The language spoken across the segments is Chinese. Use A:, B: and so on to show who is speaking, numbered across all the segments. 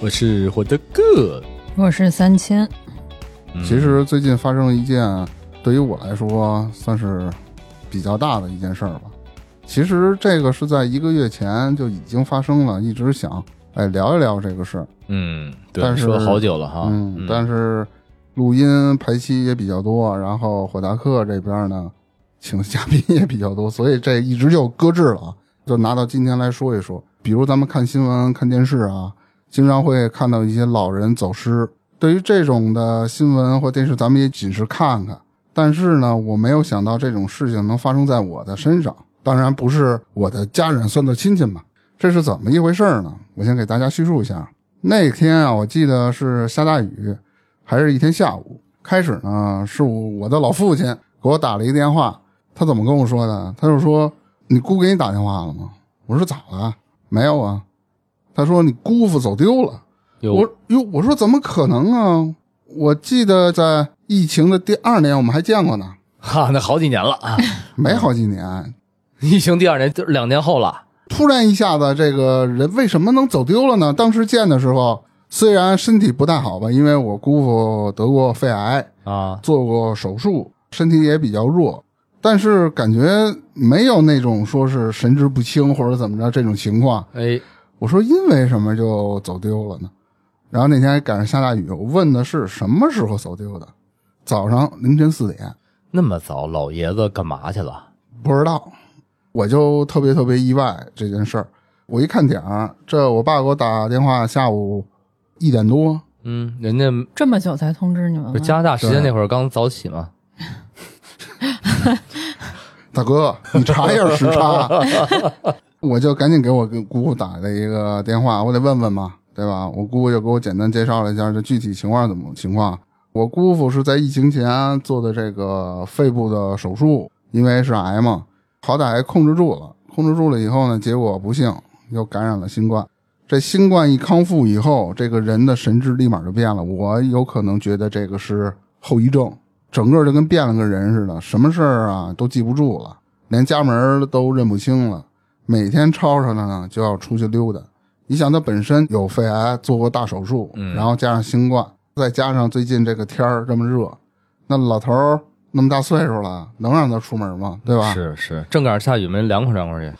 A: 我是我的个，
B: 我是三千，
A: 嗯
C: 其实最近发生了一件对于我来说算是比较大的一件事儿吧。其实这个是在一个月前就已经发生了，一直想哎聊一聊这个事儿。
A: 嗯，对，
C: 但是
A: 说好久了哈，
C: 嗯，但是录音排期也比较多，然后火达克这边呢请的嘉宾也比较多，所以这一直就搁置了啊。就拿到今天来说一说，比如咱们看新闻、看电视啊，经常会看到一些老人走失。对于这种的新闻或电视，咱们也仅是看看。但是呢，我没有想到这种事情能发生在我的身上。当然不是我的家人算作亲戚嘛，这是怎么一回事儿呢？我先给大家叙述一下。那天啊，我记得是下大雨，还是一天下午。开始呢，是我的老父亲给我打了一个电话，他怎么跟我说的？他就说：“你姑给你打电话了吗？”我说：“咋了？没有啊。”他说：“你姑父走丢了。”我
A: 有
C: 哟，我说怎么可能啊？我记得在疫情的第二年，我们还见过呢，
A: 哈，那好几年了啊，
C: 没好几年。
A: 疫情第二年，就是两年后了，
C: 突然一下子，这个人为什么能走丢了呢？当时见的时候，虽然身体不太好吧，因为我姑父得过肺癌，
A: 啊，
C: 做过手术，身体也比较弱，但是感觉没有那种说是神志不清或者怎么着这种情况。
A: 哎，
C: 我说因为什么就走丢了呢？然后那天还赶上下大雨，我问的是什么时候走丢的，早上凌晨四点，
A: 那么早，老爷子干嘛去了？
C: 不知道，我就特别特别意外这件事儿。我一看点儿，这我爸给我打电话，下午一点多，
A: 嗯，人家
B: 这么久才通知你们
A: 不是加
B: 吗？
A: 拿大时间那会儿刚早起嘛，
C: 大哥，你查一下时差。 我就赶紧给我姑姑打了一个电话，我得问问嘛，对吧？我姑姑就给我简单介绍了一下这具体情况怎么情况。我姑父是在疫情前做的这个肺部的手术，因为是癌嘛，好歹还控制住了。控制住了以后呢，结果不幸又感染了新冠。这新冠一康复以后，这个人的神智立马就变了。我有可能觉得这个是后遗症，整个就跟变了个人似的，什么事儿啊都记不住了，连家门儿都认不清了。每天吵吵着呢就要出去溜达。你想他本身有肺癌，做过大手术，
A: 嗯
C: 然后加上新冠，再加上最近这个天儿这么热，那老头儿那么大岁数了，能让他出门吗？对吧？
A: 是是，正赶上下雨，没凉快凉快去。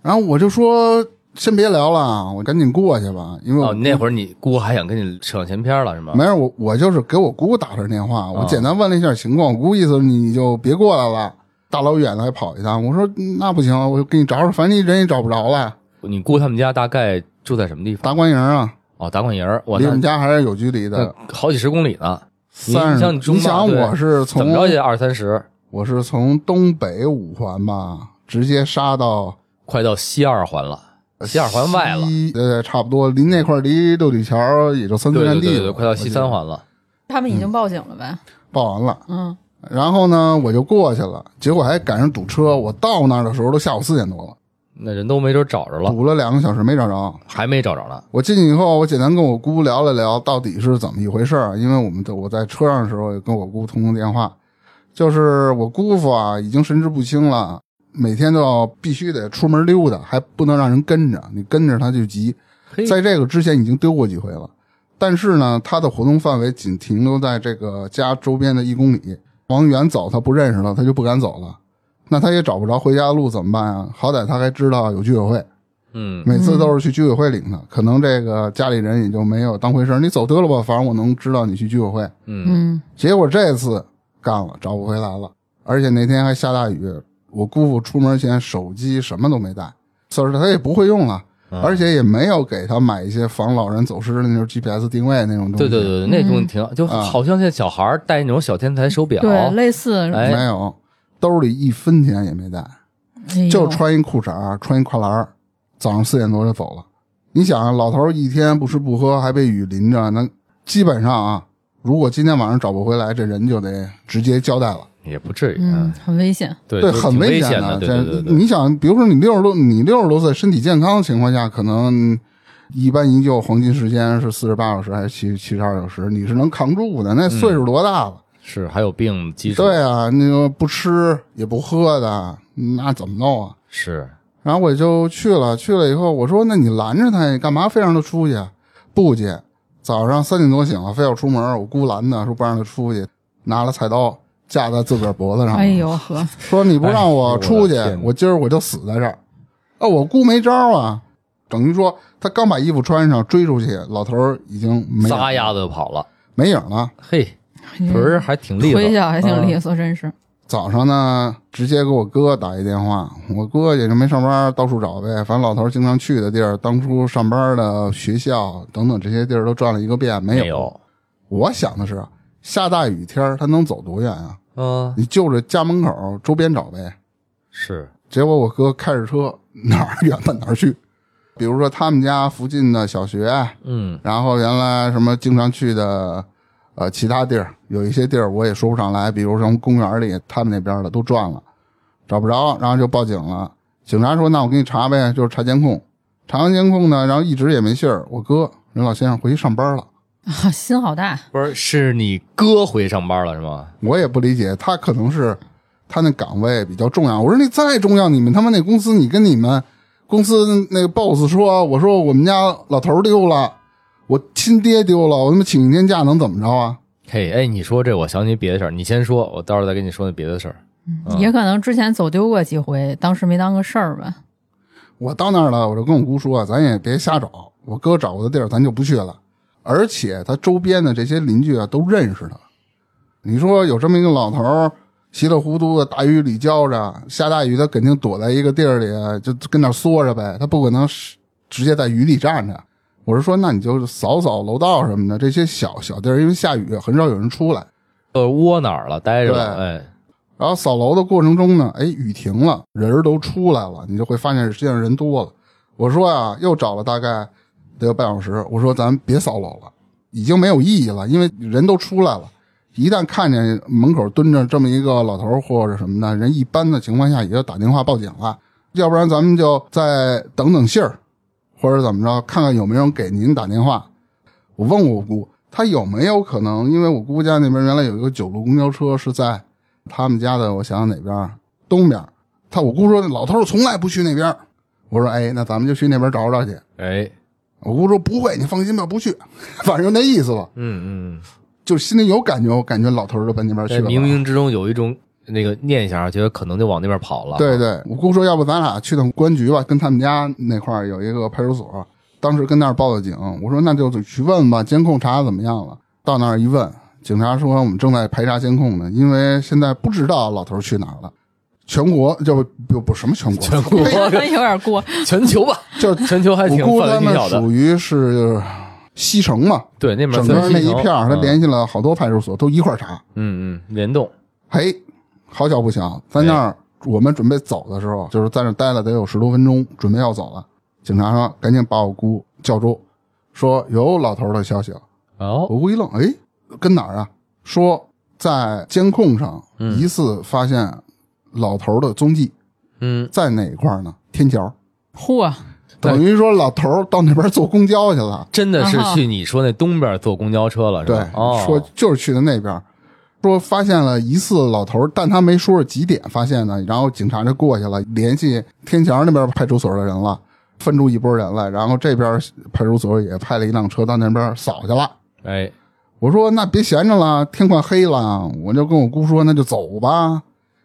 C: 然后我就说先别聊了，我赶紧过去吧，因为我、
A: 哦，那会儿你姑还想跟你扯前篇了是吗？
C: 没有我我就是给我姑姑打了电话，我
A: 啊
C: 简单问了一下情况，我姑意思是你就别过来了，大老远的还跑一趟。我说嗯那不行，我就给你找找，反正人也找不着了，
A: 你姑他们家大概住在什么地方？
C: 达官营啊，
A: 哦，打管营儿，我
C: 离我
A: 那
C: 们家还是有距离的，
A: 那好几十公里呢，你
C: 三十。
A: 像你中
C: 你想
A: 大对
C: 我是
A: 怎么着
C: 从
A: 也二三十，
C: 我是从东北五环吧，直接杀到
A: 快到西二环了，西二环外了，
C: 西，对，差不多离那块儿离六里桥也就三四
A: 对
C: 站
A: 对
C: 地
A: 对
C: 了
A: 对，快到西三，环了。
B: 他们已经报警了呗？
C: 报完了。
B: 嗯，
C: 然后呢，我就过去了，结果还赶上堵车。我到那儿的时候都下午四点多了，
A: 那人都没准找着了，
C: 堵了两个小时没找着。
A: 还没找着呢。
C: 我进去以后，我简单跟我姑聊了聊，到底是怎么一回事儿。因为我们在我在车上的时候也跟我姑通通电话，就是我姑父啊已经神志不清了，每天都要必须得出门溜达，还不能让人跟着，你跟着他就急。
A: 嘿，
C: 在这个之前已经丢过几回了，但是呢，他的活动范围仅停留在这个家周边的一公里，往远走他不认识了，他就不敢走了。那他也找不着回家的路怎么办啊？好歹他还知道有居委会，
A: 嗯，
C: 每次都是去居委会领他。可能这个家里人也就没有当回事儿，你走丢了吧，反正我能知道你去居委会。
B: 嗯，
C: 结果这次干了，找不回来了，而且那天还下大雨。我姑父出门前手机什么都没带，此时他也不会用了，
A: 嗯
C: 而且也没有给他买一些防老人走失的那种 GPS 定位那种东西。
A: 对对对，那
B: 嗯
A: 东西挺好就
C: 啊
A: 好像现在小孩儿戴那种小天才手表，
B: 对，类似，
A: 哎
C: 没有，兜里一分钱也没带，
B: 哎呦
C: 就穿一裤衩儿，穿一跨栏儿，早上四点多就走了。你想啊，老头儿一天不吃不喝，还被雨淋着，那基本上啊，如果今天晚上找不回来，这人就得直接交代了。
A: 也不至于，啊
B: 嗯，，很危险。
A: 对
C: 对，
A: 就是
C: 很
A: 挺危
C: 险
A: 的，对
C: 这
A: 对对对，
C: 你想，比如说你六十多，你六十多岁身体健康的情况下，可能一般营救黄金时间是四十八小时还是七七十二小时，你是能扛住的。那岁数多大了？
A: 是还有病嗯基础，
C: 对啊，那个不吃也不喝的，那怎么弄啊？
A: 是
C: 然后我就去了，去了以后我说：“那你拦着他，呀，干嘛非让他出去啊？”不姐，早上三点多醒了，非要出门，我姑拦他说不让他出去，拿了菜刀架在自个儿脖子上。
B: 哎呦呵，
C: 说你不让我出去，
A: 哎我的天哪
C: 我今儿我就死在这儿。啊，我姑没招啊，等于说他刚把衣服穿上追出去，老头儿已经没影
A: 撒丫子就跑了，
C: 没影了。
A: 嘿，
B: 嗯
A: 腿儿还挺利
B: 腿
A: 索，
B: 脚还挺利索，真是。
C: 早上呢，直接给我哥打一电话，我哥也是没上班，到处找呗。反正老头儿经常去的地儿，当初上班的学校等等这些地儿都转了一个遍，没有。
A: 没有，
C: 我想的是，下大雨天儿他能走多远啊？
A: 嗯，
C: 你就着家门口周边找呗。
A: 是
C: 结果我哥开着车哪儿远奔哪儿去， 比如说他们家附近的小学，啊
A: 嗯，
C: 然后原来什么经常去的，呃，其他地儿有一些地儿我也说不上来，比如什么公园里他们那边的都转了，找不着，然后就报警了。警察说：“那我给你查呗，就是查监控。查完监控呢，然后一直也没信儿。我哥人老先生回去上班了，
B: 啊，心好大，
A: 不是是你哥回上班了是吗？
C: 我也不理解，他可能是他那岗位比较重要。我说那再重要，你们他妈那公司，你跟你们公司那个 boss 说，我说我们家老头儿丢了，我亲爹丢了，我他妈请一天假能怎么着啊？
A: 嘿，哎，你说这我想起别的事儿，你先说，我到时候再跟你说那别的事儿。嗯
B: 也可能之前走丢过几回，当时没当个事儿吧。
C: 我到那儿了，我就跟我姑说，咱也别瞎找，我哥找过的地儿咱就不去了。而且他周边的这些邻居啊都认识他。你说有这么一个老头儿，稀里糊涂的大雨里浇着，下大雨他肯定躲在一个地儿里，就跟那儿缩着呗，他不可能是直接在雨里站着。我是说，那你就扫扫楼道什么的，这些小小地儿，因为下雨很少有人出来。
A: 呃，窝哪儿了？待着了，
C: 对
A: 哎，
C: 然后扫楼的过程中呢，哎，雨停了，人儿都出来了，你就会发现实际上人多了。我说啊，又找了大概得有半小时，我说咱别扫楼了，已经没有意义了，因为人都出来了。一旦看见门口蹲着这么一个老头儿或者什么的，人一般的情况下也就打电话报警了，要不然咱们就再等等信儿，或者怎么着，看看有没有人给您打电话。我问我姑，她有没有可能，因为我姑家那边原来有一个九路公交车是在他们家的，我想想哪边儿，东边儿。他我姑说老头儿从来不去那边儿。我说哎，那咱们就去那边找找去。
A: 哎，
C: 我姑说不会，你放心吧，不去， 反正就那意思吧，
A: 嗯嗯，
C: 就心里有感觉，我感觉老头儿就奔那边去
A: 这
C: 了吧。
A: 冥冥之中有一种那个念想，觉得可能就往那边跑了。
C: 对，对，我姑说，要不咱俩去趟公安局吧，跟他们家那块儿有一个派出所，当时跟那儿报的警。我说那就去问吧，监控查得怎么样了？到那儿一问，警察说我们正在排查监控呢，因为现在不知道老头儿去哪儿了。全国就不不什么全国，
A: 全国
B: 有点过，
A: 全球吧，
C: 就
A: 全球还挺
C: 我姑
A: 范围
C: 他
A: 挺
C: 们
A: 小的。
C: 属于是西城嘛，
A: 对，那边
C: 整
A: 算
C: 个
A: 西
C: 那一
A: 城
C: 片儿，他
A: 嗯
C: 联系了好多派出所，都一块儿查。
A: 嗯嗯联动，
C: 嘿，好巧不巧，在那儿我们准备走的时候，就是在那儿待了得有十多分钟，准备要走了。警察说：“赶紧把我姑叫住，说有老头儿的消息了。”
A: 哦，
C: 我姑一愣，哎，跟哪儿啊？说在监控上
A: 嗯
C: 疑似发现老头儿的踪迹，
A: 嗯，
C: 在哪块儿呢？天桥。
B: 嚯，
A: 对
C: 等于说老头儿到那边坐公交去了。
A: 真的是
B: 然后
A: 去你说那东边坐公交车了，是
C: 对
A: 吧？，哦，
C: 说就是去的那边儿，说发现了疑似老头儿，但他没说是几点发现的。然后警察就过去了，联系天桥那边派出所的人了，分出一拨人来。然后这边派出所也派了一辆车到那边扫去了。
A: 哎，
C: 我说那别闲着了，天快黑了，我就跟我姑说那就走吧，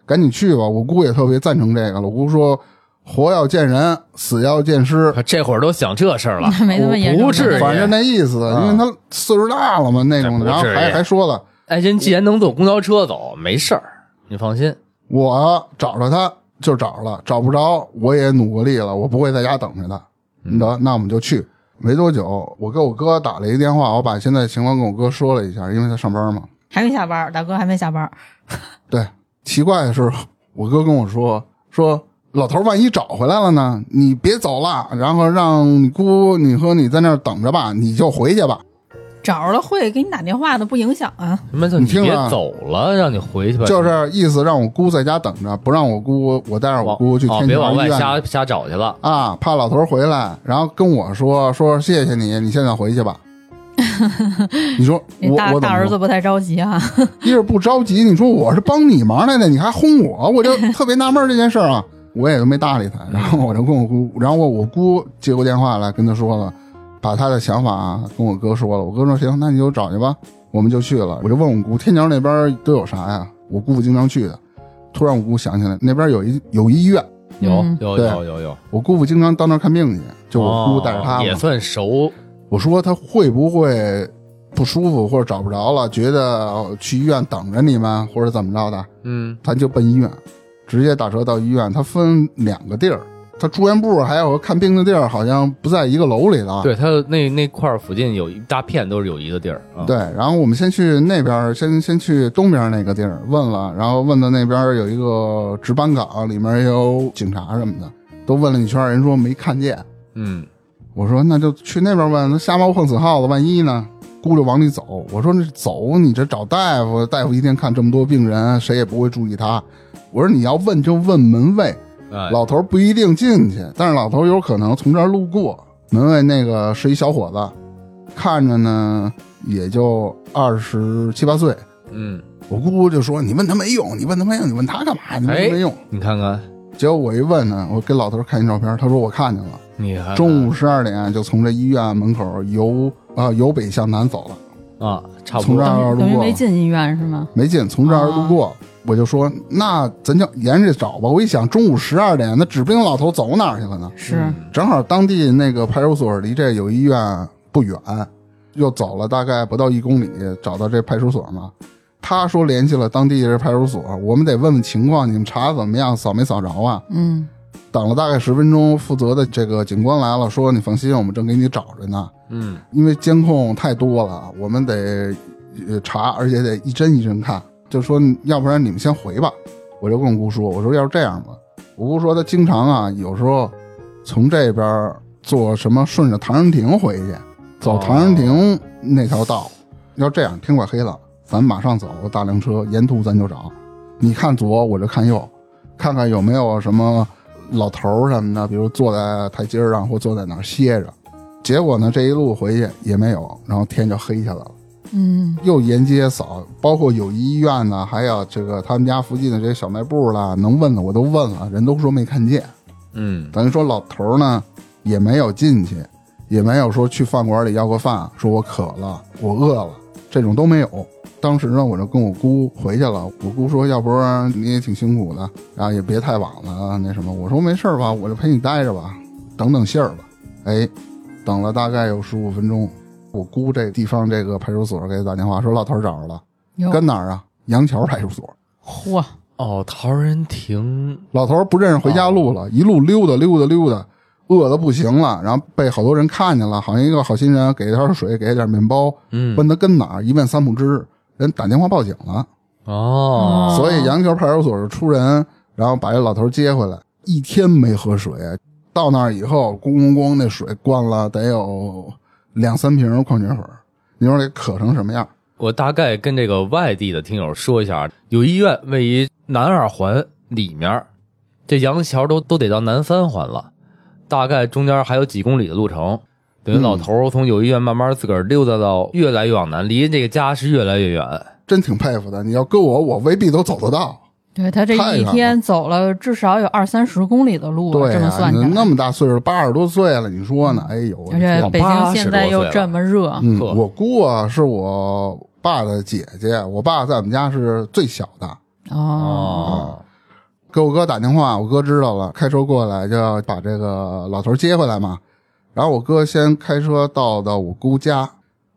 C: 赶紧去吧。我姑也特别赞成这个了，我姑说活要见人，死要见尸。
A: 可这会儿都想这事儿了，
B: 没那么严重
A: 不至于。
C: 反正那意思，因为他岁数大了嘛，那种的，
A: 这
C: 然
A: 嗯不
C: 后
A: 至于
C: 还还说了，
A: 哎，人既然能坐公交车走，没事儿，你放心。
C: 我找着他就找着了，找不着我也努过力了，我不会在家等着他。得，那我们就去。没多久，我给我哥打了一个电话，我把现在情况跟我哥说了一下，因为他上班嘛。
B: 还没下班儿，大哥还没下班儿，
C: 对，奇怪的是，我哥跟我说说老头儿万一找回来了呢？你别走了，然后让你姑你和你在那儿等着吧，你就回去吧。
B: 找着了会给你打电话的，不影响啊。
A: 什么叫
C: 你
A: 你
C: 听
A: 别
C: 着啊
A: 走了，让你回去吧？
C: 就是意思让我姑在家等着，不让我姑，我带着我
A: 往
C: 姑去
A: 哦
C: 天
A: 别
C: 桥
A: 往
C: 医
A: 外
C: 院
A: 瞎瞎找去了。
C: 啊，怕老头儿回来，然后跟我说说谢谢你，你现在回去 吧。你说我
B: 你大
C: 我怎
B: 大
C: 么
B: 儿
C: 说？
B: 子不太着急啊，
C: 一是不着急，你说我是帮你忙来的，你还轰我，我就特别纳闷儿这件事儿 啊，我也都没搭理他。然后我就跟我姑，然后我姑接过电话来跟他说了，把他的想法、啊跟我哥说了。我哥说行，那你就找去吧，我们就去了。我就问我姑，天桥那边都有啥呀？我姑父经常去的。突然我姑想起来，那边有一有一医院，
A: 有
B: 嗯
A: 有
C: 对
A: 有有有，
C: 我姑父经常到那儿看病去，就我姑带着他
A: 哦
C: 嘛。
A: 也算熟。
C: 我说他会不会不舒服或者找不着了，觉得去医院等着你们或者怎么着的？
A: 嗯，
C: 咱就奔医院，直接打车到医院。他分两个地儿，他住院部还有看病的地儿好像不在一个楼里了。
A: 对，他那那块儿附近有一大片都是有一个地儿啊。
C: 对，然后我们先去那边儿，先先去东边那个地儿问了，然后问到那边儿有一个值班岗，里面也有警察什么的，都问了一圈儿，人说没看见。
A: 嗯，
C: 我说那就去那边问，那瞎猫碰死耗子，万一呢？姑就往里走。我说那走，你这找大夫，大夫一天看这么多病人，谁也不会注意他。我说你要问就问门卫，
A: 哎，
C: 老头不一定进去，但是老头有可能从这儿路过。门卫那个是一小伙子，看着呢也就二十七八岁。
A: 嗯，
C: 我姑姑就说：“你问他没用，你问他没用，你问他干嘛？你问
A: 哎
C: 他没用。
A: 你看看，
C: 结果我一问呢，我给老头看一照片，他说我看见了。
A: 你看看
C: 中午十二点就从这医院门口由啊、由北向南走了，
A: 啊，差不
C: 从这
A: 多
C: 儿路
B: 等于等于
C: 过
B: 没进医院是吗？
C: 没进，从这儿路过，我就说那咱就沿着找吧。我一想，中午十二点，那指不定老头走哪儿去了呢。
B: 是，
A: 嗯
C: 正好当地那个派出所离这有医院不远，又走了大概不到一公里，找到这派出所嘛。他说联系了当地这派出所，我们得问问情况，你们查得怎么样，扫没扫着啊？
B: 嗯，
C: 等了大概十分钟，负责的这个警官来了，说你放心，我们正给你找着呢。
A: 嗯，
C: 因为监控太多了，我们得呃查，而且得一帧一帧看。就说要不然你们先回吧，我就跟我姑说，我说要是这样吧，我姑说她经常啊，有时候从这边坐什么顺着唐人亭回去，走唐人亭那条道。要这样，天快黑了，咱马上走，大辆车，沿途咱就找。你看左，我就看右，看看有没有什么老头儿什么的，比如坐在台阶儿上或坐在哪儿歇着。结果呢，这一路回去也没有，然后天就黑下来了。
B: 嗯，
C: 又沿街扫，包括友谊医院呢，还有这个他们家附近的这些小卖部啦，能问的我都问了，人都说没看见。
A: 嗯，
C: 等于说老头儿呢也没有进去，也没有说去饭馆里要个饭，说我渴了，我饿了，这种都没有。当时呢，我就跟我姑回去了。我姑说，要不然你也挺辛苦的，然后也别太晚了，啊那什么。我说没事儿吧，我就陪你待着吧，等等信儿吧。哎，等了大概有十五分钟，我姑这地方这个派出所给他打电话说，老头儿找着了，
B: 哟，
C: 跟哪儿啊？杨桥派出所。
B: 嚯，
A: 哦，陶然亭，
C: 老头儿不认识回家路了，一路溜达溜达溜达，饿得不行了，然后被好多人看见了，好像一个好心人啊给他点水，给他点面包，
A: 嗯，
C: 问他跟哪儿，一问三不知，人打电话报警了，
A: 哦，
C: 所以杨桥派出所就出人，然后把这老头儿接回来，一天没喝水，到那儿以后，咣咣咣，那水灌了得有两三瓶矿泉水儿，你说得渴成什么样？
A: 我大概跟这个外地的听友说一下，啊有医院位于南二环里面儿，这杨桥都都得到南三环了，大概中间还有几公里的路程。等于
C: 嗯
A: 老头儿从友谊医院慢慢自个儿溜达到越来越往南，离这个家是越来越远。
C: 真挺佩服的，你要搁我，我未必都走得到。
B: 对他这
C: 太远
B: 一
C: 了
B: 天走了至少有二三十公里的路啊，
C: 对
B: 这么
C: 啊，
B: 算起
C: 你
B: 来，
C: 那么大岁数，八十多岁了，你说呢？哎呦，我的
B: 而
C: 天
B: 且
A: 老
B: 北
A: 八
B: 京
A: 十
B: 现
A: 多
B: 在又
A: 岁
B: 这
A: 了
B: 么热，
C: 嗯，
A: 呵
C: 我姑啊是我爸的姐姐，我爸在我们家是最小的。
B: 哦，
C: 给我哥打电话，我哥知道了，开车过来就要把这个老头儿接回来嘛。然后我哥先开车到到我姑家，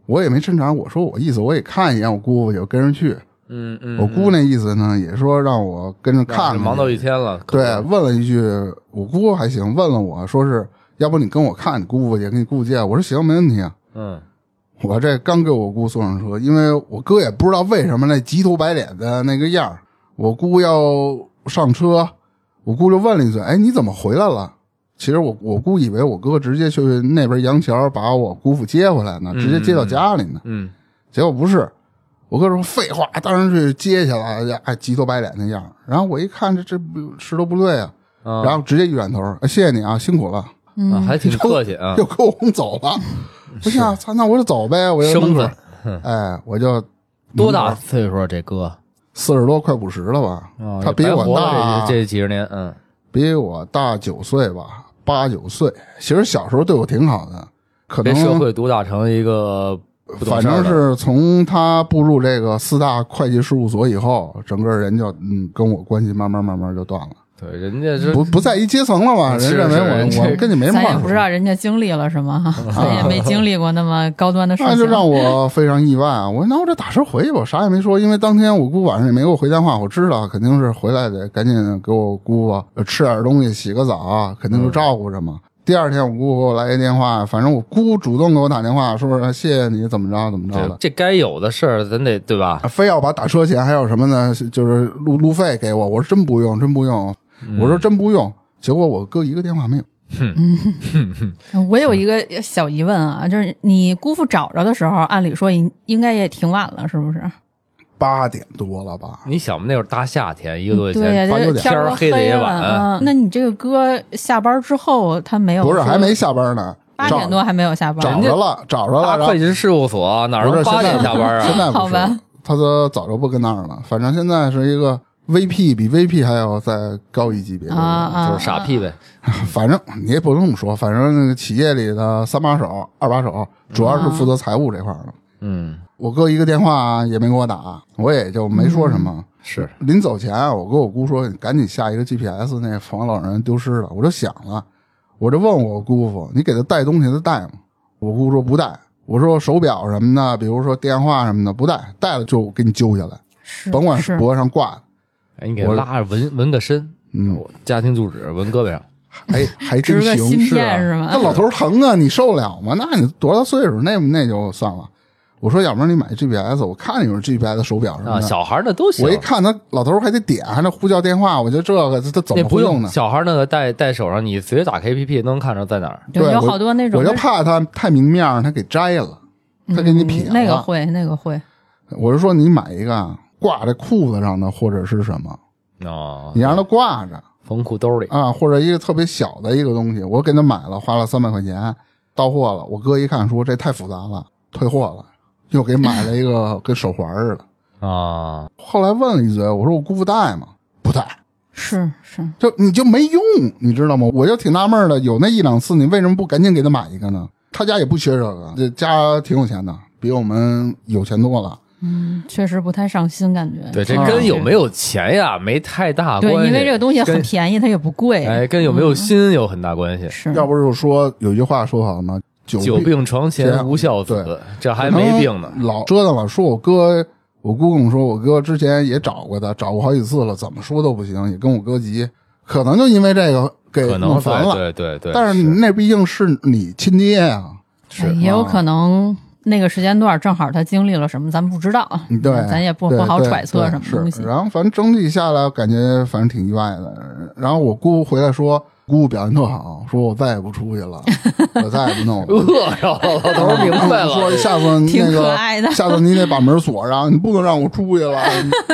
C: 我也没趁场，我说我意思我也看一眼我姑父，就跟着去。
A: 嗯嗯，
C: 我姑那意思呢，也说让我跟着看看。
A: 忙到一天了，可
C: 对
A: 能，
C: 问了一句，我姑还行，问了我说是要不你跟我看你姑父去，给你姑父接。我说行，没问题啊。
A: 嗯，
C: 我这刚给我姑送上车，因为我哥也不知道为什么那急头白脸的那个样儿我姑要上车，我姑就问了一嘴：“哎，你怎么回来了？”其实我我姑以为我哥直接去那边杨桥把我姑父接回来呢，直接接到家里呢。
A: 嗯，
C: 结果不是，我哥说废话，当然是接去了，哎呀，哎急头白脸那样。然后我一看这这不势头不对啊，
A: 啊
C: 然后直接一转头，啊谢谢你啊，辛苦了，
A: 啊
B: 嗯，
A: 还挺客气啊
C: 又，给我轰走了。不 是啊，操，那我就走呗，我就嗯
A: 生
C: 门口
A: 分，
C: 哎，我就
A: 多大岁数啊这哥？
C: 四十多快五十了吧，
A: 啊
C: 他
A: 也
C: 比
A: 白
C: 我
A: 活
C: 大
A: 了这这几十年，嗯
C: 比我大九岁吧，八九岁。其实小时候对我挺好的，可
A: 被
C: 能
A: 社会毒打成一个不懂
C: 反
A: 事儿
C: 正
A: 的
C: 是从他步入这个四大会计事务所以后，整个人就嗯跟我关系慢慢慢慢就断了，
A: 对人家是
C: 不不在一阶层了嘛。人
A: 啊是
C: 认
A: 是人
C: 为我
A: 这
C: 我跟你没嘛
B: 咱，也不知道人家经历了什么哈， 咱也没经历过那么高端的事
C: 那就
B: 情。
C: 让我非常意外啊！我说那我这打车回去吧，我啥也没说，因为当天我姑晚上也没给我回电话，我知道肯定是回来得赶紧给我姑啊呃吃点东西，洗个澡啊，肯
B: 嗯
C: 定就照顾着嘛。第二天我姑给我来一电话，反正我姑主动给我打电话，说是谢谢你怎么着怎么着
A: 这
C: 的，啊
A: 这该有的事儿，咱得对吧？
C: 非要把打车钱还有什么呢，就是路路费给我，我说真不用，真不用，啊
B: 嗯
C: 我说真不用，结果我哥一个电话没有。
B: 我有一个小疑问啊，就是你姑父找着的时候，按理说应应该也挺晚了，是不是？
C: 八点多了吧？
A: 你想吧，那会儿大夏天，一个多月
B: 对呀，
A: 前，
C: 八
B: 这
C: 九点
B: 天儿
A: 天儿黑得也晚
B: 啊。那你这个哥下班之后，他没
C: 嗯
B: 有
C: 不是，
B: 哎说
C: 还没下班呢，
B: 八
C: 找
B: 点多还没有下班，
C: 找着了，找着了，
A: 大
C: 然后
A: 会计事务所哪
C: 不
A: 能
C: 是
A: 八点下班
C: 现
A: 啊？
C: 在不
B: 好
C: 是
B: 吧，
C: 他都早就不跟那儿了。反正现在是一个 VP 比 VP 还要再高一级别的
B: 啊啊，
A: 就是傻屁呗，
C: 反正你也不能这么说，反正那个企业里的三把手、二把
B: 啊
C: 手，主要是负责财务这块儿的。
A: 嗯，
C: 我哥一个电话也没给我打，我也就没说什么。
A: 是
C: 临走前，啊我跟我姑说：“你赶紧下一个 GPS，那防老人丢失了。”我就想了，我就问我姑父：“你给他带东西，他带吗？”我姑说：“不带。”我说：“手表什么的，比如说电话什么的，不带，带了就给你揪下来，
B: 是
C: 甭管
B: 是
C: 脖子上挂的。
A: 哎你给
C: 我
A: 拉着纹纹个身，
C: 嗯，
A: 我家庭住址纹胳膊上，
C: 哎，还
B: 植
C: 真
B: 个芯
C: 行。
B: 片是吗
C: 啊那？老头疼啊，你受得了吗？那你多大岁数？那那就算了。我说，要不然你买 GPS，我看有 GPS 手表什么
A: 啊，
C: 的。
A: 小孩儿那都行
C: 嗯我一，看他老头还得点，还得呼叫电话，我觉得这个他他怎
A: 那
C: 么
A: 不
C: 会用呢？
A: 小孩儿那个戴戴手上，你随便打开 APP 都能看着在哪儿。
B: 有
C: 对
B: 有
C: 我
B: 好多那种嗯
C: 我就怕他太明面儿，他给摘了，他给你撇了。
B: 那个会那个会，
C: 我是说你买一个挂在裤子上的，或者是什么，
A: 哦
C: 你，让他挂着
A: 缝裤兜里，
C: 啊，或者一个特别小的一个东西，我给他买了，花了三百块钱，到货了，我哥一看说这太复杂了，退货了，又给买了一个跟手环似的。
A: 啊，
C: 后来问了一嘴，我说我姑父带吗？不带，
B: 是是，
C: 就你就没用，你知道吗？我就挺纳闷的，有那一两次，你为什么不赶紧给他买一个呢？他家也不缺这个，这家挺有钱的，比我们有钱多了。
B: 嗯，确实不太上心，感觉
A: 对，这
C: 啊
A: 跟有没有钱呀没太大
B: 对
A: 关系，，
B: 因为这个东西很
A: 跟
B: 便宜，它也不贵，
A: 哎，跟有没有心有很大关系。
B: 是
C: 要不是说有句话说好吗？久
A: 久病床前无孝子
C: 嗯对，
A: 这还没病呢。，
C: 老折腾了。说我哥，我姑跟我说，我哥之前也找过他，找过好几次了，怎么说都不行，也跟我哥急，可能就因为这个给
A: 可能
C: 弄烦了。
A: 对对对，
C: 但是那毕竟是你亲爹啊，
B: 哎也有可能那个时间段正好他经历了什么，咱不知道，啊
C: 嗯对，
B: 咱也不
C: 对
B: 不好
C: 对
B: 揣测
C: 对
B: 什么
C: 是
B: 东西。
C: 然后反正整体下来，感觉反正挺意外的。然后我姑回来说，姑姑表现特好，说我再也不出去 了，我再也不弄了。
A: 饿着了，老头儿明白
C: 说
A: 了，
C: 下次那
B: 挺可
C: 个
B: 爱的
C: 下次你得把门锁上，你不能让我出去 了。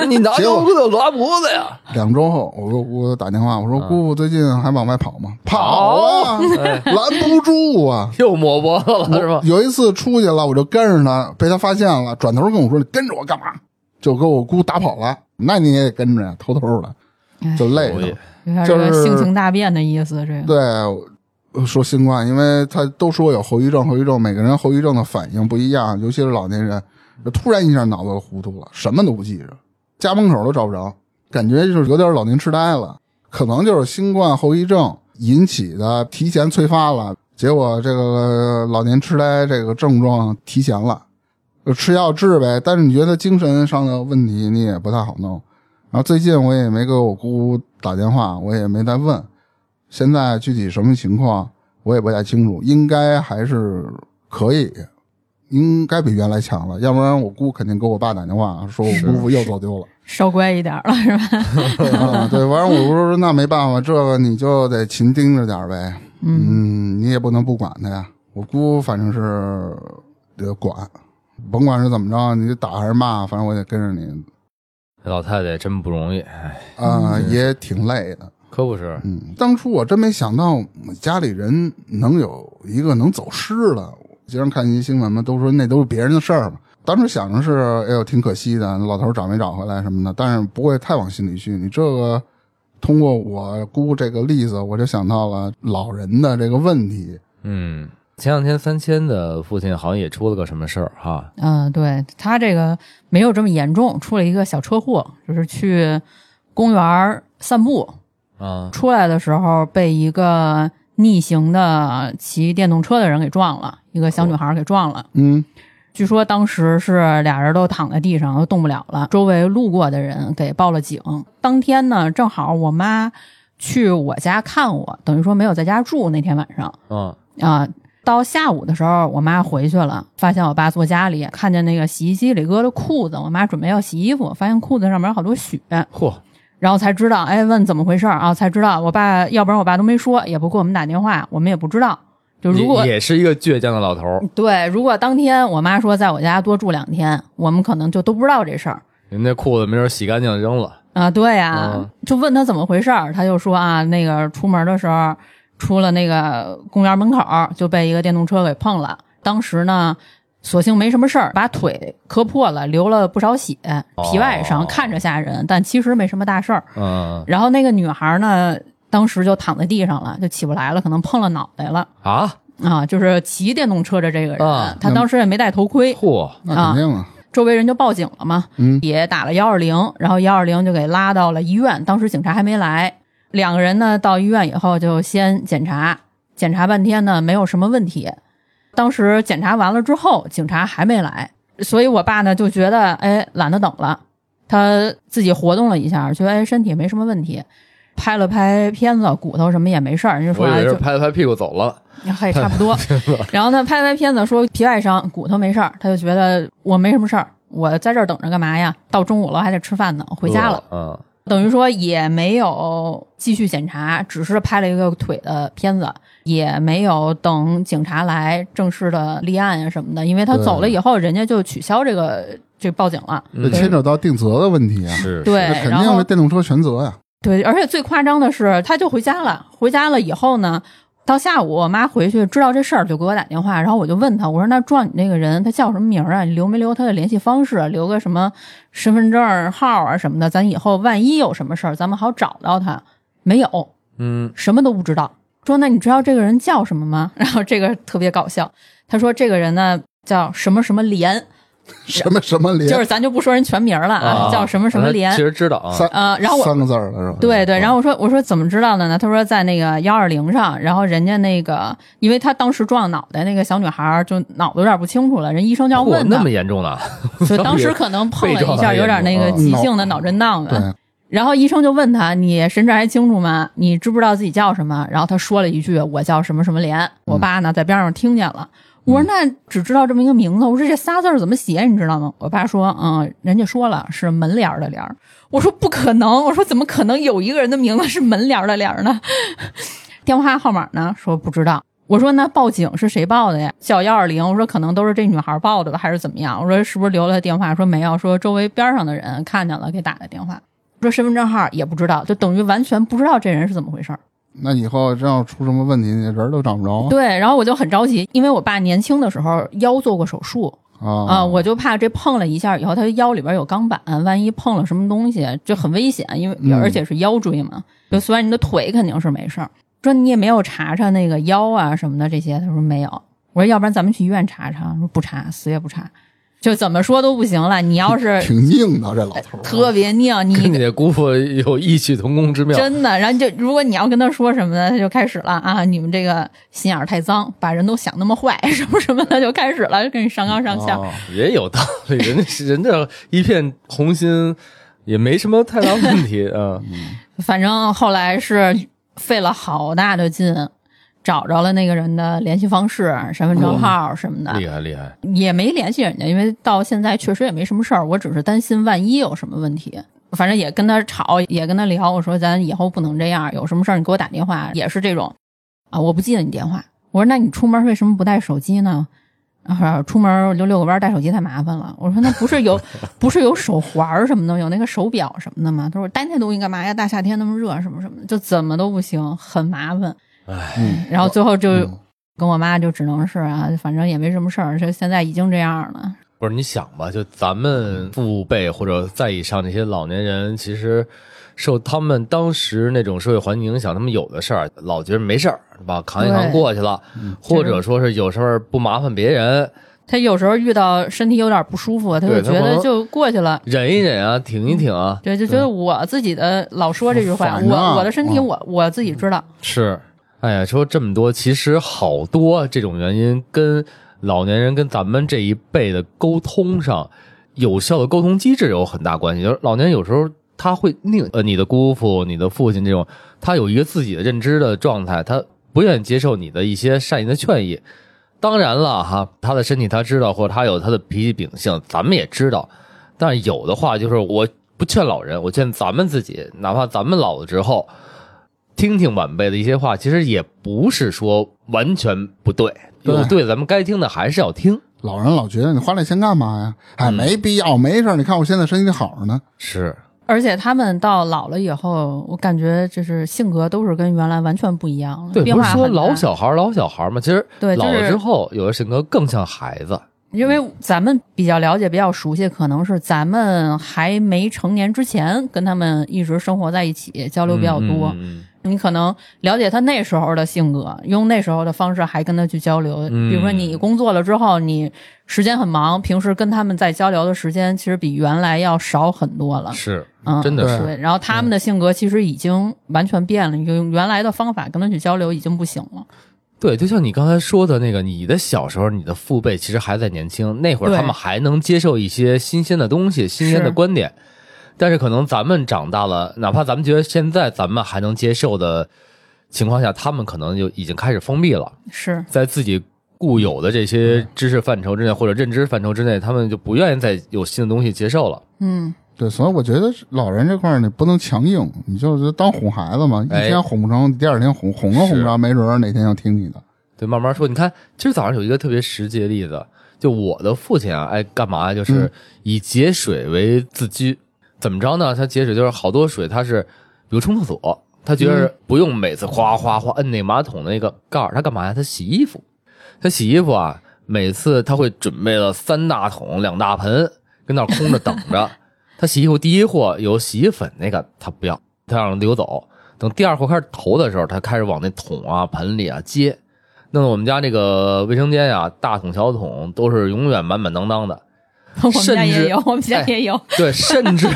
A: 你拿
C: 结果
A: 刀子拉脖子呀？
C: 两周后，我给我姑姑打电话，我说姑姑最近还往外嗯跑吗？跑啊，拦不住啊。
A: 又抹脖子了是
C: 我
A: 吧？
C: 有一次出去了，我就跟着他，被他发现了，转头跟我说：“你跟着我干嘛？”就给我姑打跑了。那你也得跟着呀，偷偷的，就累
A: 我
C: 着
A: 也。
B: 有点
C: 就
B: 这个性
C: 是
B: 情大变的意思，这个
C: 对，我说新冠，因为他都说有后遗症，后遗症，每个人后遗症的反应不一样，尤其是老年人，就突然一下脑子糊涂了，什么都不记着，家门口都找不着，感觉就是有点老年痴呆了，可能就是新冠后遗症引起的，提前催发了，结果这个老年痴呆这个症状提前了。就吃药治呗，但是你觉得精神上的问题你也不太好弄。然后最近我也没给我姑打电话，我也没再问，现在具体什么情况我也不太清楚，应该还是可以，应该比原来强了，要不然我姑肯定给我爸打电话说我
A: 是
C: 姑父又走丢了。
B: 稍乖一点了 是吧？
C: 啊，对，完了我不是说那没办法，这个你就得勤盯着点儿呗。
B: 嗯
C: 嗯，你也不能不管他呀。我姑反正是得管，甭管是怎么着，你打还是骂，反正我得跟着你。
A: 老太太真不容易，哎，
C: 啊、
B: 嗯
C: 也挺累的。
A: 可不是，
C: 嗯，当初我真没想到我家里人能有一个能走失了。我经常看一些新闻嘛，都说那都是别人的事儿嘛。当时想着是，哎呦，挺可惜的，老头儿找没找回来什么的，但是不会太往心里去。你这个通过我姑这个例子，我就想到了老人的这个问题。
A: 嗯。前两天三千的父亲好像也出了个什么事儿哈，
B: 嗯，对他这个没有这么严重，出了一个小车祸，就是去公园儿散步，
A: 啊，
B: 出来的时候被一个逆行的骑电动车的人给撞了，一个
C: 哦
B: 小女孩给撞了。
C: 嗯，
B: 据说当时是俩人都躺在地上，都动不了了。周围路过的人给报了警。当天呢，正好我妈去我家看我，等于说没有在家住那天晚上
A: 嗯，
B: 啊、到下午的时候，我妈回去了，发现我爸坐家里，看见那个洗衣机里搁着裤子。我妈准备要洗衣服，发现裤子上面有好多血，
A: 嚯，
B: 然后才知道，哎，问怎么回事儿啊？才知道我爸，要不然我爸都没说，也不给我们打电话，我们也不知道。就如果
A: 也也是一个倔强的老头儿，
B: 对，如果当天我妈说在我家多住两天，我们可能就都不知道这事儿
A: 人家裤子没准洗干净扔了，
B: 啊。对呀、
A: 嗯
B: 就问他怎么回事儿，他就说啊，那个出门的时候出了那个呃公园门口儿就被一个电动车给碰了，当时呢。所幸没什么事儿，把腿磕破了，流了不少血，皮外伤，
A: 哦
B: 看着吓人，但其实没什么大事儿。
A: 嗯
B: 然后那个女孩呢，当时就躺在地上了，就起不来了，可能碰了脑袋了
A: 啊，
B: 啊。就是骑电动车的这个人，
A: 啊
B: 他当时也没戴头盔，
A: 嚯，
C: 那肯定啊。
B: 周围人就报警了嘛，
C: 嗯
B: 也打了幺二零，然后幺二零就给拉到了医院，当时警察还没来。两个人呢到医院以后就先检查，检查半天呢没有什么问题。当时检查完了之后，警察还没来，所以我爸呢就觉得哎懒得等了，他自己活动了一下，觉得哎身体没什么问题，拍了拍片子骨头什么也没事儿，人家说
A: 我以
B: 哎
A: 为
B: 就是
A: 拍了拍屁股走了，
B: 嘿，差不多。然后他拍拍片子说皮外伤，骨头没事儿，他就觉得我没什么事儿，我在这儿等着干嘛呀？到中午了还得吃饭呢，回家了，
A: 饿了，
B: 等于说也没有继续检查，只是拍了一个腿的片子，也没有等警察来正式的立案啊呀什么的，因为他
C: 对
B: 走了以后，人家就取消这个这报警了。
C: 这
A: 嗯，
C: 牵扯到定责的问题啊，
A: 是，
B: 对
C: 那肯
B: 然
C: 定
B: 后
C: 是电动车全责呀、
B: 对，而且最夸张的是，他就回家了。回家了以后呢，到下午我妈回去知道这事儿，就给我打电话，然后我就问他，我说那撞你那个人他叫什么名儿啊？你留没留他的联系方式啊？留个什么身份证号啊什么的，咱以后万一有什么事儿，咱们好找到他。没有，
A: 嗯，
B: 什么都不知道。说那你知道这个人叫什么吗？ 然后这个特别搞笑，他说这个人呢叫什么什么连，
C: 什么什么连，
B: 就是咱就不说人全名了啊，叫什么什么连
A: 其实知道啊，
C: 三
B: 啊、然后我
C: 三个字儿了是吧？嗯
B: 对对，然
C: 后
B: 后我说我说怎么知道的呢？他说在那个幺二零上，然后人家那个，因为他当时撞脑袋，那个小女孩儿就脑子有点不清楚了，人医生就要
A: 嚯，
B: 问
A: 那
B: 她
A: 么，严重 呢？
B: 所以当时可能碰了一下，有点那个急性的脑震荡
C: 对
B: 的。，然后医生就问他：“你神志还清楚吗？你知不知道自己叫什么？”然后他说了一句：“我叫什么什么连。”我爸呢在边上听见了，我说：“那只知道这么一个名字，我说这仨字儿怎么写？你知道吗？”我爸说：“嗯，人家说了是门帘儿的帘儿。”我说：“不可能！我说怎么可能有一个人的名字是门帘儿的帘儿呢？”电话号码呢？说不知道。我说那报警是谁报的呀？叫幺二零。我说可能都是这女孩报的吧，还是怎么样？我说是不是留了电话？说没有，说周围边上的人看见了给打的电话。说身份证号也不知道，就等于完全不知道这人是怎么回事儿。
C: 那以后真要出什么问题，你人儿都找不着啊
B: 对，然后我就很着急，因为我爸年轻的时候腰做过手术
C: 啊
B: 啊、我就怕这碰了一下以后，他腰里边有钢板，万一碰了什么东西就很危险，因为、
C: 嗯
B: 而且是腰椎嘛。就虽然你的腿肯定是没事儿，说你也没有查查那个腰啊什么的这些，他说没有。我说要不然咱们去医院查查，说不查，死也不查，就怎么说都不行了。你要是
A: 哎
C: 挺硬的这老头儿，啊
B: 特别拧，
A: 跟
B: 你
A: 你这姑父有异曲同工之妙，
B: 真的，然后就如果你要跟他说什么呢，他就开始了啊，你们这个心眼儿太脏，把人都想那么坏，什么什么的，就开始了，就跟你上纲上线。
C: 哦
A: 啊也有道理，人家人家一片红心，也没什么太大 问题啊。
B: 反正后来是费了好大的劲，找着了那个人的联系方式、身份证号什么的，
A: 厉害厉害，
B: 也没联系人家，因为到现在确实也没什么事儿，我只是担心万一有什么问题。反正也跟他吵，也跟他聊，我说咱以后不能这样，有什么事儿你给我打电话，也是这种啊，我不记得你电话。我说那你出门为什么不带手机呢？然后出门溜溜个弯儿带手机太麻烦了。我说那不是有不是有手环儿什么的，有那个手表什么的吗？他说带那东西干嘛呀？大夏天那么热，什么什么的，就怎么都不行，很麻烦。
C: 嗯，
B: 然后最后就
C: 嗯
B: 跟我妈就只能是啊，反正也没什么事儿，这现在已经这样了。
A: 不是你想吧，就咱们父辈或者再以上这些老年人，其实受他们当时那种社会环境影响，他们有的事儿老觉得没事儿，是吧？扛一扛
B: 对
A: 过去了，或者说是有时候不麻烦别人，
B: 他有时候遇到身体有点不舒服，他就
A: 对
B: 觉
A: 他可
B: 得
A: 能
B: 就过去了。
A: 忍一忍啊，挺一挺啊，
B: 对，就觉得我自己的老说这句话，
C: 反啊
B: 我我的身体
C: 嗯
B: 我、我自己知道，
A: 是，哎呀，说这么多，其实好多这种原因跟老年人跟咱们这一辈的沟通上，有效的沟通机制有很大关系。就是老年人有时候他会宁呃你的姑父、你的父亲这种，他有一个自己的认知的状态，他不愿意接受你的一些善意的劝意。当然了哈，他的身体他知道，或者他有他的脾气秉性，咱们也知道。但是有的话就是我不劝老人，我劝咱们自己，哪怕咱们老了之后，听听晚辈的一些话，其实也不是说完全不对，
C: 对
A: 有对咱们该听的还是要听。
C: 老人老觉得你花这钱干嘛呀？哎，
A: 嗯
C: 没必要，没事儿。你看我现在身体好着呢。
A: 是，
B: 而且他们到老了以后，我感觉就是性格都是跟原来完全不一样了，
A: 对，
B: 变
A: 不
B: 化
A: 是说
B: 很大
A: 老，小孩儿老小孩儿嘛，其实
B: 对就是
A: 老了之后，有的性格更像孩子。
B: 因为咱们比较了解、比较熟悉，可能是咱们还没成年之前跟他们一直生活在一起，交流比较多。
A: 嗯
B: 你可能了解他那时候的性格，用那时候的方式还跟他去交流。
A: 嗯
B: 比如说你工作了之后，你时间很忙，平时跟他们在交流的时间其实比原来要少很多了。
A: 是，
B: 嗯，
A: 真的是
C: 对
B: 对。然后他们的性格其实已经完全变了，用原来的方法跟他去交流已经不行了。
A: 对，就像你刚才说的那个，你的小时候，你的父辈其实还在年轻，那会儿
B: 对
A: 他们还能接受一些新鲜的东西、新鲜的
B: 是
A: 观点。但是可能咱们长大了，哪怕咱们觉得现在咱们还能接受的情况下，他们可能就已经开始封闭了。
B: 是，
A: 在自己固有的这些知识范畴之内或者认知范畴之内，他们就不愿意再有新的东西接受了。
B: 嗯，
C: 对，所以我觉得老人这块儿你不能强硬，你就是当哄孩子嘛，一
A: 哎
C: 天哄不成，第二天哄哄都哄不着，没准儿哪天要听你的。
A: 对，慢慢说。你看，今儿早上有一个特别实际的例子，就我的父亲啊，爱干嘛呀就是
C: 嗯
A: 以节水为自居。怎么着呢？他节水就是好多水，他是比如冲厕所，他觉得不用每次哗哗哗摁那马桶那个盖儿，他干嘛呀？他洗衣服。他洗衣服啊，每次他会准备了三大桶、两大盆，跟那儿空着等着。 他洗衣服第一货有洗衣粉那个，他不要，他让流走。等第二货开始投的时候，他开始往那桶啊、盆里啊接，弄得我们家这个卫生间呀、大桶小桶都是永远满满当当的。
B: 我们
A: 甚
B: 家
A: 至
B: 也有，我们家
A: 哎
B: 也有。
A: 对，甚 至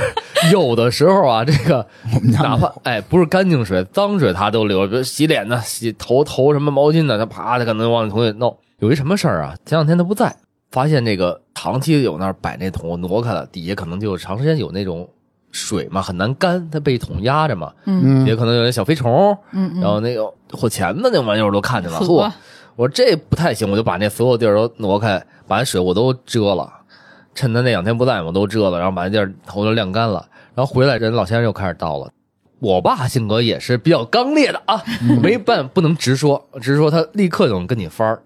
A: 有的时候啊，这个
C: 我们家
A: 哪
C: 没
A: 怕哎不是干净水，脏水他都留，比如洗脸呢、洗头头什么毛巾呢，他啪的可能往那桶里弄。有一什么事儿啊？前两天他不在，发现这个长期有那儿摆那桶，我挪开了，底下可能就长时间有那种水嘛，很难干，它被桶压着嘛，
C: 嗯
A: 也可能有些小飞虫，
B: 嗯嗯，
A: 然后那个火钳子那玩意儿我都看见了，
B: 呵
A: 嚯！我说这不太行，我就把那所有地儿都挪开，把那水我都遮了，趁他那两天不在我都遮了，然后把那地儿头都晾干了，然后回来人老先生又开始倒了。我爸性格也是比较刚烈的啊，没办不能直说，直说他立刻就能跟你翻儿。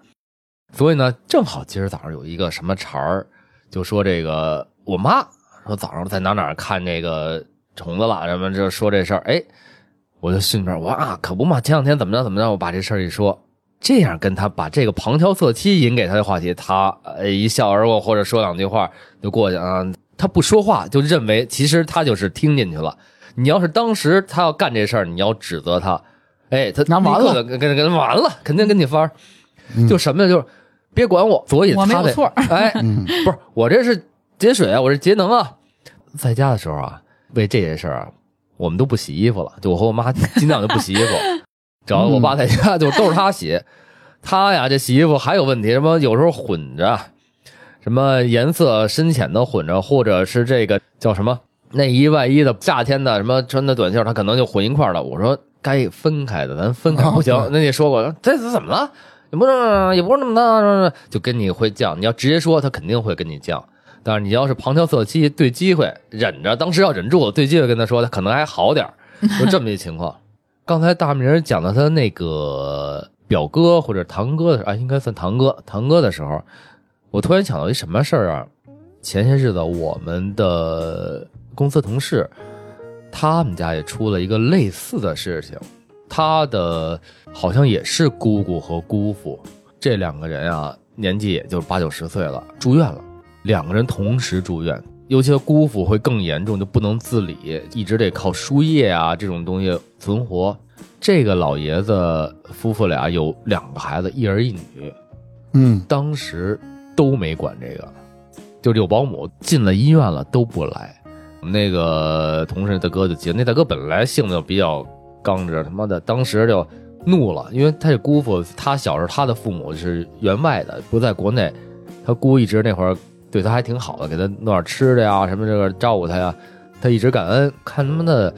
A: 所以呢，正好今儿早上有一个什么茬儿，就说这个我妈说早上在哪哪儿看这个虫子了，什么就说这事儿，哎，我就训边我说啊，可不嘛，前两天怎么着怎么着，我把这事儿一说，这样跟他把这个旁敲侧击引给他的话题，他呃一笑而过或者说两句话就过去啊，他不说话就认为其实他就是听进去了。你要是当时他要干这事儿，你要指责他，哎，他
C: 那完了嗯
A: 立刻就跟跟跟完了，肯定跟你翻儿，就什么呀，就是别管我，所以
B: 我没
A: 他
B: 有
A: 得
B: 错儿
A: 哎，不是我这是节水啊，我是节能啊。在家的时候啊，为这些事儿啊，我们都不洗衣服了，就我和我 妈尽量就不洗衣服，只要我爸在
B: 嗯
A: 家就都是他洗。他呀，这洗衣服还有问题，什么有时候混着，什么颜色深浅的混着，或者是这个叫什么内衣外衣的，夏天的什么穿的短袖，他可能就混一块儿了。我说该分开的咱分开
C: 啊
B: 哦
A: 不行
C: 对。
A: 那你说过，这是怎么了？也不是也不是那么的，就跟你会犟。你要直接说，他肯定会跟你犟。但是你要是旁敲侧击，对机会忍着，当时要忍住，对机会跟他说，他可能还好点儿。就这么一情况。刚才大明儿讲到他那个表哥或者堂哥的时候，啊，应该算堂哥，堂哥的时候，我突然想到一什么事儿啊？前些日子我们的公司同事，他们家也出了一个类似的事情，他的好像也是姑姑和姑父这两个人啊，年纪也就八九十岁了，住院了，两个人同时住院。尤其姑父会更严重，就不能自理，一直得靠输液啊这种东西存活。这个老爷子夫妇俩有两个孩子，一儿一女，
C: 嗯，
A: 当时都没管这个，就是有保姆进了医院了都不来。我们那个同事大哥就急了，那大哥本来性子就比较刚直，他妈的当时就怒了，因为他这姑父，他小时候他的父母是员外的，不在国内，他姑一直那会儿对他还挺好的，给他弄点吃的呀，什么这个照顾他呀，他一直感恩。看他妈的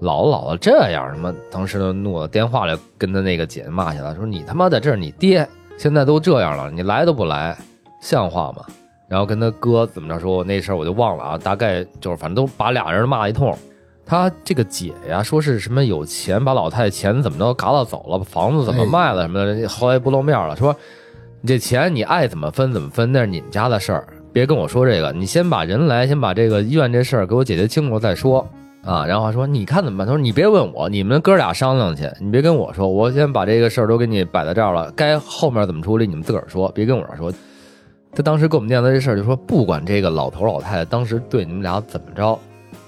A: 老老的这样，他妈当时就怒了，电话里跟他那个姐姐骂起来，说你他妈的这是你爹，现在都这样了，你来都不来，像话吗？然后跟他哥怎么着说，我那事儿我就忘了啊，大概就是反正都把俩人骂一通。他这个姐呀，说是什么有钱，把老太太钱怎么着嘎拉走了，房子怎么卖了什么的，后来不露面了，说你这钱你爱怎么分怎么分，那是你们家的事儿，别跟我说这个。你先把人来，先把这个医院这事儿给我解决清楚再说啊。然后还说你看怎么办？他说你别问我，你们哥俩商量去，你别跟我说，我先把这个事儿都给你摆在这儿了，该后面怎么处理你们自个儿说，别跟我说。他当时给我们念叨这事儿，就说不管这个老头老太太当时对你们俩怎么着，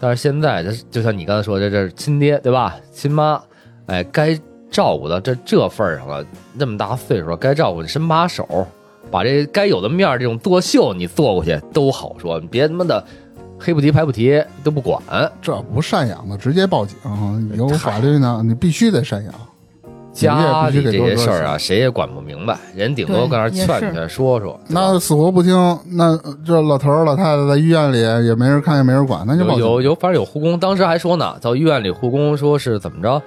A: 但是现在这就像你刚才说的，这是亲爹对吧？亲妈，哎，该照顾到这这份儿上了，那么大岁数了，该照顾你伸把手，把这该有的面儿这种作秀你做过去都好说，你别他妈的黑不提白不提都不管。
C: 这不赡养的直接报警，啊
A: 哎
C: 有法律呢，你必须得赡养。
A: 家
C: 你也必
A: 里
C: 须
A: 这
C: 得多
A: 些
C: 多
A: 事儿
C: 少
A: 啊，
C: 钱
A: 谁也管不明白，人顶多
B: 对
A: 跟那儿劝
B: 也是
A: 劝说说。对吧
C: 那死活不听，那这老头儿老太太在医院里也没人看，也没人管，那就报
A: 有
C: 警。
A: 有有，反正有护工，当时还说呢，到医院里护工说是怎么着，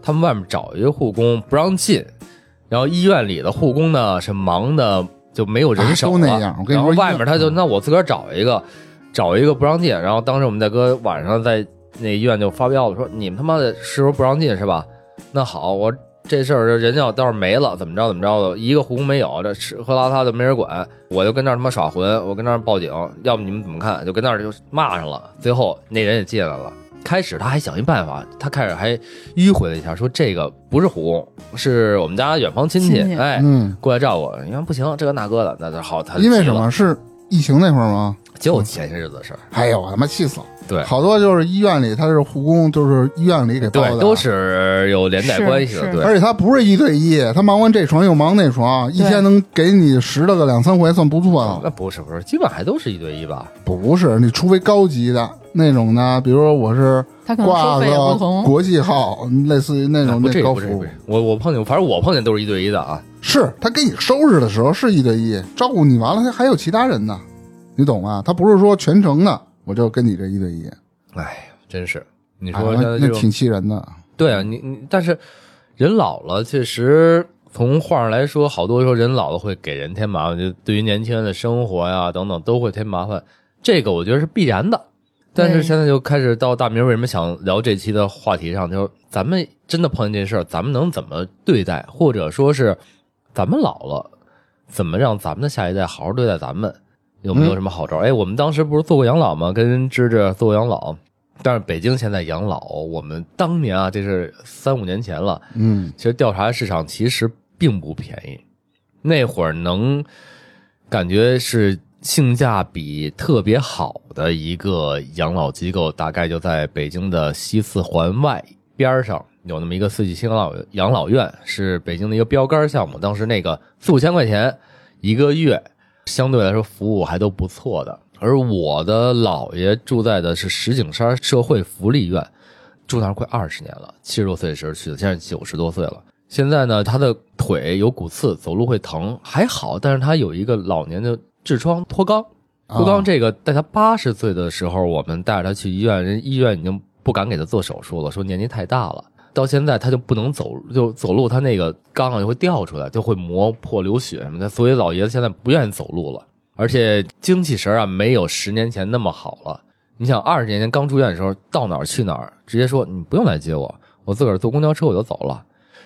A: 他们外面找一个护工不让进，然后医院里的护工呢是忙的就没有人
C: 啊
A: 手
C: 都
A: 了，
C: 那样我跟你
A: 然后
C: 说医
A: 外
C: 院
A: 面他就
C: 嗯
A: 那我自个儿找一个，找一个不让进，然后当时我们大哥晚上在那医院就发飙了，说你们他妈的是不是不让进是吧？那好，我这事儿人要倒是没了，怎么着怎么着的，一个护工没有，这吃喝拉撒都没人管，我就跟那儿他妈耍混，我跟那儿报警，要不你们怎么看？就跟那儿就骂上了。最后那人也进来了。开始他还想一办法，他开始还迂回了一下，说这个不是护工，是我们家远房亲戚，
B: 亲戚
A: 哎，
C: 嗯，
A: 过来照顾我。你看不行，这个那个的，那就好，他就
C: 因为
A: 急
C: 什
A: 了？
C: 么？是疫情那会儿吗？
A: 就前些日子的事儿，
C: 哎呦，我他妈气死了！
A: 对
C: 好多就是医院里他是护工，就是医院里给报
A: 对，
C: 的，
A: 都。是有连带关系的，
B: 是是
A: 对。
C: 而且他不是一对一，他忙完这床又忙那床，一天能给你拾掇个两三回，算不错了。
A: 那不是不是，基本还都是一对一吧？
C: 不是，你除非高级的那种呢，比如说我是
B: 他可能收
C: 挂
B: 费也不
C: 个
B: 同，
C: 国际号，类似于那
A: 啊
C: 种
A: 不，
C: 那
A: 这个
C: 高
A: 不是
C: 服
A: 不
C: 务
A: 是。，我我碰见，反正我碰见都是一对一的啊。
C: 是他给你收拾的时候是一对一照顾你，完了他还有其他人呢，你懂吗？他不是说全程的，我就跟你这一对一，
A: 哎，真是，你
C: 你
A: 说像
C: 哎那
A: 这种
C: 挺气人的。
A: 对啊，你你但是人老了，确实从话上来说，好多时候人老了会给人添麻烦，就对于年轻人的生活呀等等都会添麻烦，这个我觉得是必然的。但是
B: 对
A: 现在就开始到大明为什么想聊这期的话题上，就是咱们真的碰见这事儿，咱们能怎么对待，或者说是咱们老了，怎么让咱们的下一代好好对待咱们？有没有
C: 嗯
A: 什么好招？哎，我们当时不是做过养老吗？跟芝芝做过养老，但是北京现在养老，我们当年啊，这是三五年前了，
C: 嗯，
A: 其实调查市场其实并不便宜，那会儿能感觉是性价比特别好的一个养老机构，大概就在北京的西四环外边儿上有那么一个四季青养老养老院，是北京的一个标杆项目。当时那个四五千块钱一个月，相对来说服务还都不错的。而我的姥爷住在的是石景山社会福利院，住那儿快二十年了，七十多岁的时候去的，现在九十多岁了。现在呢，他的腿有骨刺，走路会疼，还好，但是他有一个老年的痔疮脱肛。脱
C: 啊
A: 肛这个，在他八十岁的时候，我们带着他去医院，人医院已经不敢给他做手术了，说年纪太大了。到现在他就不能走，就走路他那个肛啊就会掉出来，就会磨破流血什么的，所以老爷子现在不愿意走路了，而且精气神儿啊没有十年前那么好了。你想二十年前刚住院的时候，到哪儿去哪儿，直接说你不用来接我，我自个儿坐公交车我就走了。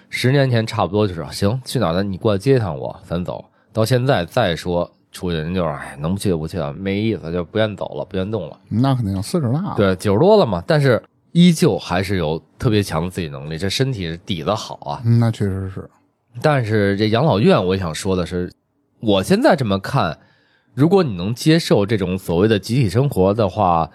A: 十年前差不多就是啊行，去哪儿咱你过来接一趟我，咱走。到现在再说出去，人就是哎，能不去就不去了，没意思，就不愿走了，不愿动了。
C: 啊那肯定四十大了。，
A: 对，九十多了嘛，但是依旧还是有特别强的自己能力，这身体底子好啊。
C: 嗯，那确实是。
A: 但是这养老院，我也想说的是，我现在这么看，如果你能接受这种所谓的集体生活的话，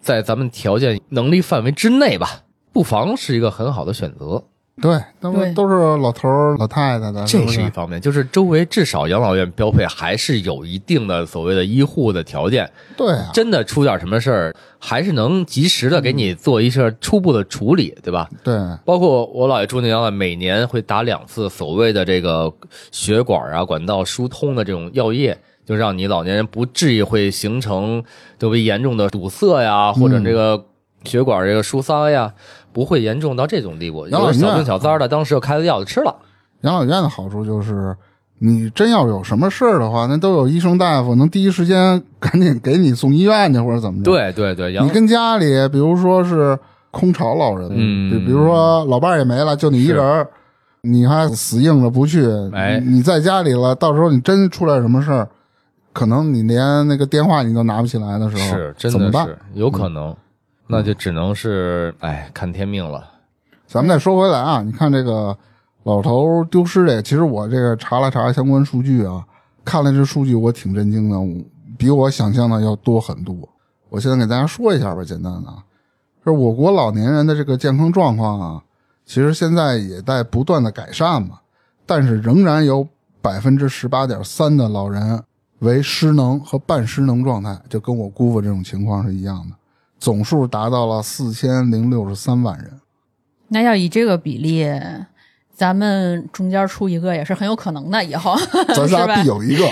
A: 在咱们条件能力范围之内吧，不妨是一个很好的选择。
C: 对，都
B: 对
C: 都是老头儿老太太的，
A: 这
C: 啊是
A: 是一
C: 不
A: 方面，就是周围至少养老院标配还是有一定的所谓的医护的条件，
C: 对啊，
A: 真的出点什么事儿，还是能及时的给你做一些初步的处理，对吧？
C: 对，
A: 包括我姥爷住那养老院，每年会打两次所谓的这个血管啊、管道疏通的这种药液，就让你老年人不至于会形成特别严重的堵塞呀，或者这个血管这个疏塞呀，不会严重到这种地步。
C: 养老
A: 有
C: 院
A: 小病小灾的，当时就开了药就吃了。
C: 养老院的好处就是，你真要有什么事儿的话，那都有医生大夫能第一时间 赶紧给你送医院去，或者怎么着。，
A: 对对对，养
C: 你跟家里，比如说是空巢老人，
A: 嗯
C: 比比如说老伴儿也没了，就你一人儿，你还死硬着不去，
A: 哎
C: 你你在家里了，到时候你真出来什么事儿，可能你连那个电话你都拿不起来的时候，
A: 是真
C: 怎么
A: 的
C: 办
A: 是？有可能，那就只能是哎看天命 了。
C: 咱们再说回来啊，你看这个老头儿丢失这个，其实我这个查了查相关数据啊，看了这数据我挺震惊的，我比我想象的要多很多。我现在给大家说一下吧，简单的啊，就是我国老年人的这个健康状况啊，其实现在也在不断的改善嘛，但是仍然有百分之十八点三的老人为失能和半失能状态，就跟我姑父这种情况是一样的，总数达到了四千零六十三万人。
B: 那要以这个比例，咱们中间出一个也是很有可能的，以 后
C: 咱
B: 是
C: 仨
B: 吧
C: 必？有 一个，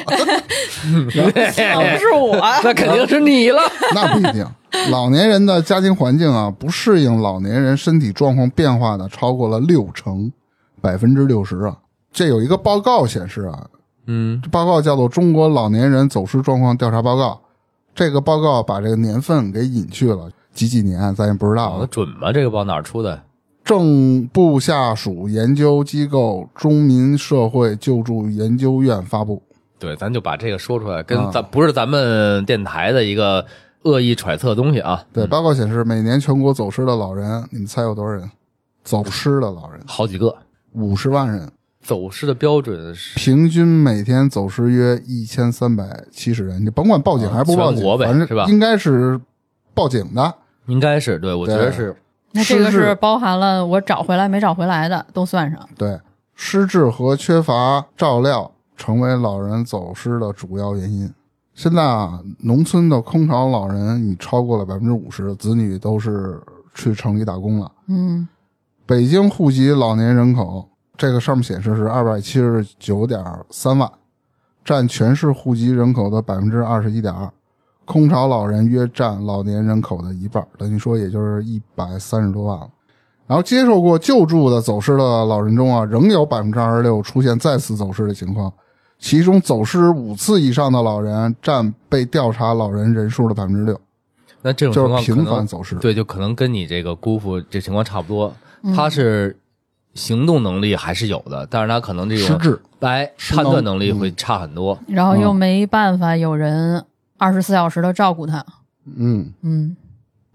B: 不是我，
A: 那肯定是你了。
C: 那不一定。老年人的家庭环境啊，不适应老年人身体状况变化的超过了六成，百分之六十啊。这有一个报告显示啊，
A: 嗯，
C: 这报告叫做《中国老年人走失状况调查报告》。这个报告把这个年份给隐去了，几几年啊咱也不知道
A: 搞
C: 了
A: 得。准吗？这个不知道哪儿出的？
C: 正部下属研究机构中民社会救助研究院发布。
A: 对，咱就把这个说出来，
C: 啊
A: 跟咱不是咱们电台的一个恶意揣测的东西啊。
C: 对，报告显示，每年全国走失的老人，你们猜有多少人？走失的老人
A: 好几个
C: 五十万人，
A: 走失的标准是
C: 平均每天走失约一千三百七十人。你甭管报警还是不报
A: 啊全
C: 警，
A: 国呗
C: 反正
A: 是吧
C: 应该是报警的。
A: 应该是对，我觉得是
B: 那这个
C: 是
B: 是包含了我找回来没找回来的都算上。
C: 对，失智和缺乏照料成为老人走失的主要原因。现在啊，农村的空巢老人已超过了百分之五十，子女都是去城里打工了。
B: 嗯，
C: 北京户籍老年人口，这个上面显示是二百七十九点三万，占全市户籍人口的百分之二十一点二。空巢老人约占老年人口的一半，等于说也就是一百三十多万了。然后接受过救助的走失的老人中啊，仍有百分之二十六出现再次走失的情况，其中走失五次以上的老人占被调查老人人数的百分之六，
A: 那这种情
C: 就是
A: 况
C: 频
A: 可
C: 繁
A: 能
C: 走失。
A: 对，就可能跟你这个姑父这情况差不多。他是行动能力还是有的，但是他可能这
C: 失
A: 种
C: 智，
A: 哎
C: 失
A: 判断
C: 能
A: 能力
C: 嗯
A: 会差很多。
B: 然后又没办法有人二十四小时的照顾他。
C: 嗯。
B: 嗯，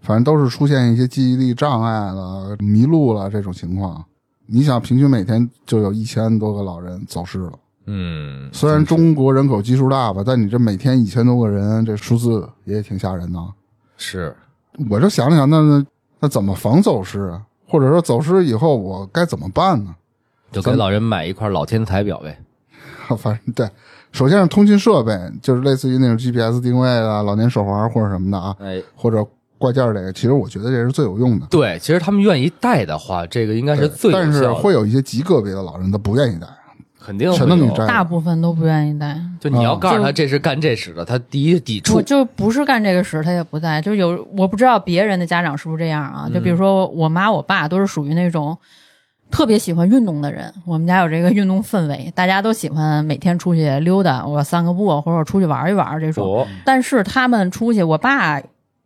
C: 反正都是出现一些记忆力障碍了、迷路了这种情况。你想，平均每天就有一千多个老人走失了。
A: 嗯，
C: 虽然中国人口基数大吧，但你这每天一千多个人，这数字也挺吓人的啊。
A: 是
C: 我就想了想，那那那怎么防走失啊？或者说走失以后我该怎么办呢？
A: 就给老人买一块老天才表呗。
C: 反正对，首先是通讯设备，就是类似于那种 GPS 定位啊、老年手环或者什么的啊，
A: 哎，
C: 或者挂件儿这个，其实我觉得这是最有用的。
A: 对，其实他们愿意带的话，这个应该
C: 对
A: 是最有
C: 但是
A: 效的
C: 会有一些极个别的老人他不愿意带，
A: 肯定会
C: 全都
A: 有
C: 你摘
B: 大部分都不愿意戴。
A: 就你要
C: 嗯
A: 告诉他
B: 就
A: 这是干这使的，他第一抵触
B: 我，就不是干这个时，他也不在。就有我不知道别人的家长是不是这样啊？就比如说我妈我爸都是属于那种特别喜欢运动的人，我们家有这个运动氛围，大家都喜欢每天出去溜达，我散个步或者出去玩一玩这种。
A: 我
B: 但是他们出去，我爸。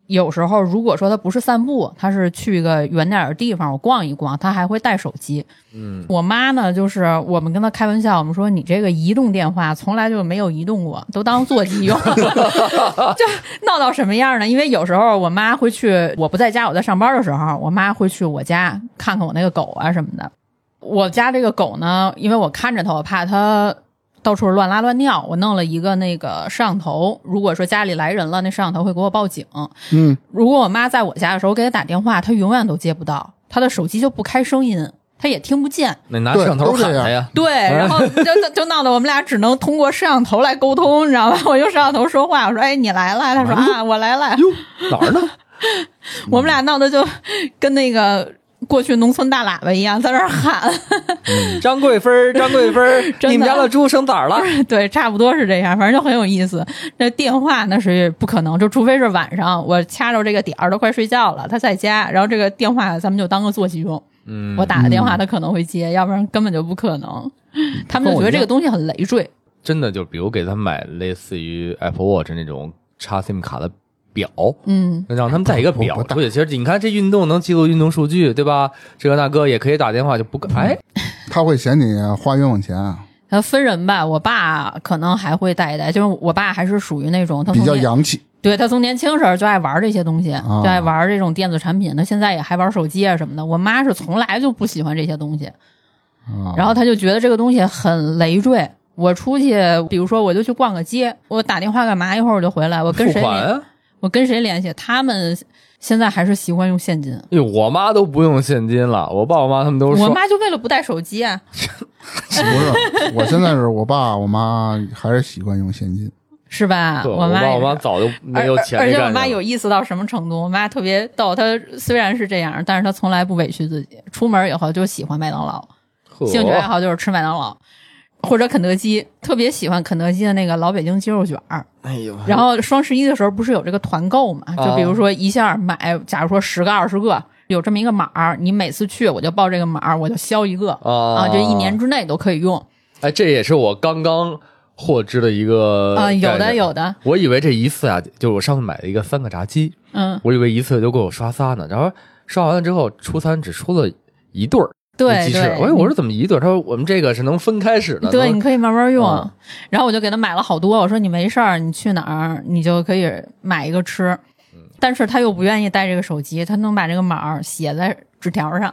B: 有时候，如果说他不是散步，他是去一个远点儿的地方，我逛一逛，他还会带手机。
A: 嗯
B: 我妈呢，就是我们跟她开玩笑，我们说你这个移动电话从来就没有移动过，都当座机用，就闹到什么样呢？因为有时候我妈会去，我不在家，我在上班的时候，我妈会去我家看看我那个狗啊什么的。我家这个狗呢，因为我看着它，我怕它到处乱拉乱尿，我弄了一个那个摄像头。如果说家里来人了，那摄像头会给我报警。
C: 嗯，
B: 如果我妈在我家的时候我给她打电话，她永远都接不到，她的手机就不开声音，她也听不见。
A: 那拿摄
C: 对
A: 像头
C: 都这
A: 砍
C: 样
A: 他呀，
B: 对，然后就就闹得我们俩只能通过摄像头来沟通，你知道吧？我用摄像头说话，我说：“哎，你来了。”她说：“啊，我来了。
A: 哪儿呢？”
B: 我们俩闹得就跟那个过去农村大喇叭一样，在那儿喊，
A: 张贵妃儿，张贵妃儿，
B: 真的
A: 你们家的猪生崽儿了，
B: 对，差不多是这样，反正就很有意思。那电话那是不可能，就除非是晚上，我掐着这个点儿都快睡觉了，他在家，然后这个电话咱们就当个座机用。
A: 嗯
B: 我打个电话他可能会接，要不然根本就不可能。他们
C: 跟
B: 就
C: 我
B: 觉得
C: 嗯一
B: 这个
C: 样
B: 东西很累赘，
A: 真的就比如给他买类似于 Apple Watch 那种插 SIM 卡的表，
B: 嗯，
A: 让他们带一个表
C: 不不
A: 出去。其实你看这运动能记录运动数据，对吧？这个那个也可以打电话，就不哎，
C: 他会嫌你花冤枉钱，啊
B: 呃，分人吧。我爸可能还会带一带，就是我爸还是属于那种他
C: 比
B: 从
C: 较
B: 年
C: 洋气。
B: 对他从年轻时候就爱玩这些东西，
A: 啊
B: 就爱玩这种电子产品。他现在也还玩手机啊什么的。我妈是从来就不喜欢这些东西，
C: 啊、
B: 然后他就觉得这个东西很累赘。我出去，比如说我就去逛个街，我打电话干嘛？一会儿我就回来，我跟
A: 付
B: 谁
A: 款
B: 联
A: 啊。
B: 我跟谁联系？他们现在还是习惯用现金。
A: 哎呦，我妈都不用现金了，我爸我妈他们都
B: 我
A: 说
B: 妈就为了不带手机啊，
C: 不是，我现在是我爸我妈还是习惯用现金。
B: 是吧？
A: 对我
B: 啊妈也
A: 我
B: 是
A: 妈早就没
B: 而
A: 有钱
B: 而
A: 这
B: 且
A: 干
B: 我
A: 事
B: 妈
A: 儿
B: 有
A: 了。
B: 意思到什么程度？我妈特别逗，她虽然是这样，但是她从来不委屈自己。出门以后就喜欢麦当劳，
A: 呵哦
B: 兴趣爱好就是吃麦当劳或者肯德基，特别喜欢肯德基的那个老北京鸡肉卷儿。
A: 哎呦，
B: 然后双十一的时候不是有这个团购嘛？就
A: 啊
B: 比如说一下买，假如说十个二十个，有这么一个码儿，你每次去我就报这个码儿，我就消一个。
A: 啊
B: 啊，就一年之内都可以用
A: 哎，这也是我刚刚获知的一个
B: 啊，有
A: 呃概
B: 的
A: 念。
B: 有的，
A: 我以为这一次啊，就是我上次买了一个三个炸鸡，
B: 嗯，
A: 我以为一次就给我刷仨呢，然后刷完了之后出餐只出了一对儿那
B: 对
A: 鸡翅，
B: 对。嗯
A: 哎，我说怎么一对儿？他说我们这个是能分开使的，
B: 对，你
A: 能
B: 可以慢慢用。
A: 嗯
B: 然后我就给他买了好多，我说你没事儿，你去哪儿你就可以买一个吃。
A: 嗯
B: 但是他又不愿意带这个手机，他能把这个码儿写在纸条上。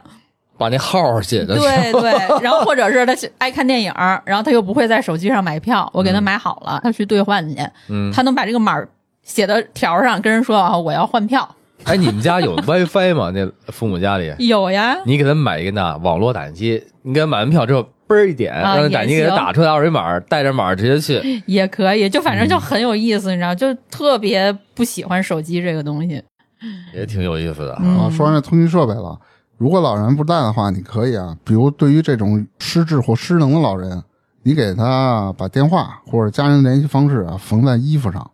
A: 把那号儿写的
B: 对 对，然后或者是他去爱看电影儿，然后他又不会在手机上买票，我给他买好了，他去兑换去。
A: 嗯，
B: 他能把这个码儿写到条上，跟人说啊，我要换票。
A: 哎，你们家有 WiFi 吗？那父母家里，
B: 有呀，
A: 你给他买一个那网络打印机，你给他买完票之后，嘣儿一点，
B: 啊
A: 让那打印机给
B: 也
A: 他
B: 行
A: 打出来二维码，带着码直接去。
B: 也可以，就反正就
A: 嗯
B: 很有意思，你知道，就特别不喜欢手机这个东西。
A: 也挺有意思的。
B: 嗯
C: 啊，说完这通讯设备了，如果老人不在的话，你可以啊，比如对于这种失智或失能的老人，你给他把电话或者家人联系方式啊缝在衣服上，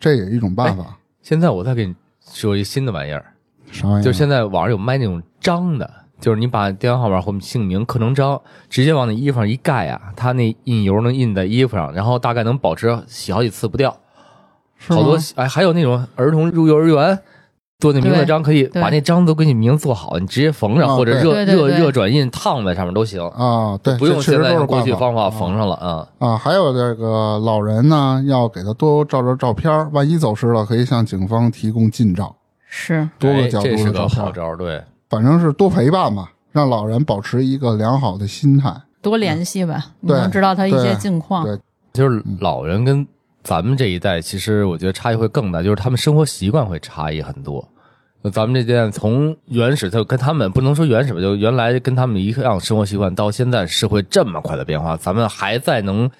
C: 这也一种办法。
A: 现在我再给你说一新的玩意儿，
C: 啥玩意儿？
A: 就是现在网上有卖那种章的，就是你把电话号码或姓名刻成章，直接往那衣服上一盖啊，它那印油能印在衣服上，然后大概能保持洗好几次不掉。
C: 是吗
A: 好多哎，还有那种儿童入幼儿园做那名字章，可以
B: 对
A: 把那章都给你名做好，你直接缝上，
C: 啊
A: 或者
C: 对
A: 热
B: 对对
A: 热
B: 对
A: 热转印烫在上面都行，
C: 啊，对，
A: 不用
C: 这确
A: 现
C: 实
A: 在
C: 都是
A: 用过去
C: 办
A: 方法缝上了啊。
C: 啊。还有这个老人呢，要给他多照照照片儿，万一走失了，可以向警方提供近照，
B: 是，
C: 多
A: 哎
C: 个角
A: 这
C: 度
A: 是
C: 的
A: 个
C: 照片
A: 好
C: 儿，
A: 招儿，对，
C: 反正是多陪伴吧，让老人保持一个良好的心态。
B: 多联系吧，你
C: 对
B: 能知道他一些
C: 对
B: 近况
C: 对。
A: 就是老人跟咱们这一代，其实我觉得差异会更大，就是他们生活习惯会差异很多。就咱们这代从原始就跟他们不能说原始吧，就原来跟他们一样生活习惯，到现在是会这么快的变化，咱们还在能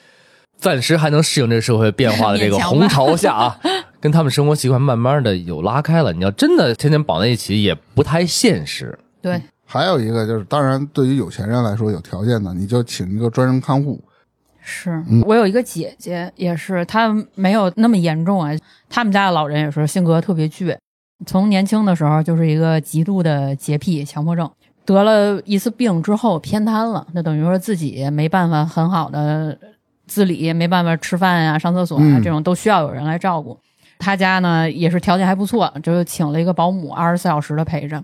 A: 暂时还能适应这社会变化的这个
B: 勉强吧
A: 洪潮下 啊，跟他们生活习惯慢慢的有拉开了。你要真的天天绑在一起，也不太现实。
B: 对，
C: 还有一个就是，当然对于有钱人来说，有条件的你就请一个专人看护，
B: 是
C: 嗯
B: 我有一个姐姐，也是她没有那么严重
A: 嗯
B: 啊。他们家的老人也是性格特别倔，从年轻的时候就是一个极度的洁癖强迫症，得了一次病之后偏瘫了，那等于说自己没办法很好的自理，没办法吃饭呀、上厕所啊
C: 嗯
B: 这种都需要有人来照顾。他家呢也是条件还不错，就是请了一个保姆，二十四小时的陪着，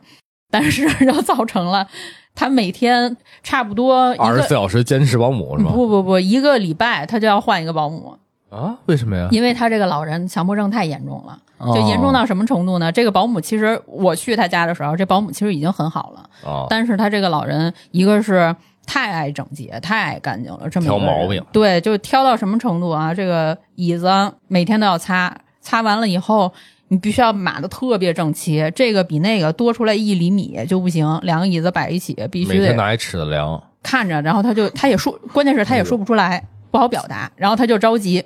B: 但是就 造成了他每天差不多一
A: 二十
B: 个嗯
A: 四小时监视保姆是吧？
B: 不不不，一个礼拜他就要换一个保姆，
A: 啊，为什么呀？
B: 因为他这个老人强迫症太严重了，就严重
C: 哦
B: 到什么程度呢？这个保姆其实我去他家的时候，这保姆其实已经很好了，
A: 啊，
B: 但是他这个老人一个是太爱整洁、太爱干净了，这么一个人
A: 挑毛病，
B: 对，就挑到什么程度啊？这个椅子每天都要擦，擦完了以后。你必须要码的特别整齐，这个比那个多出来一厘米就不行，两个椅子摆一起必
A: 每
B: 须得
A: 天拿一尺子量，
B: 看着，然后他就他也说，关键是他也说不出来，不好表达，然后他就着急，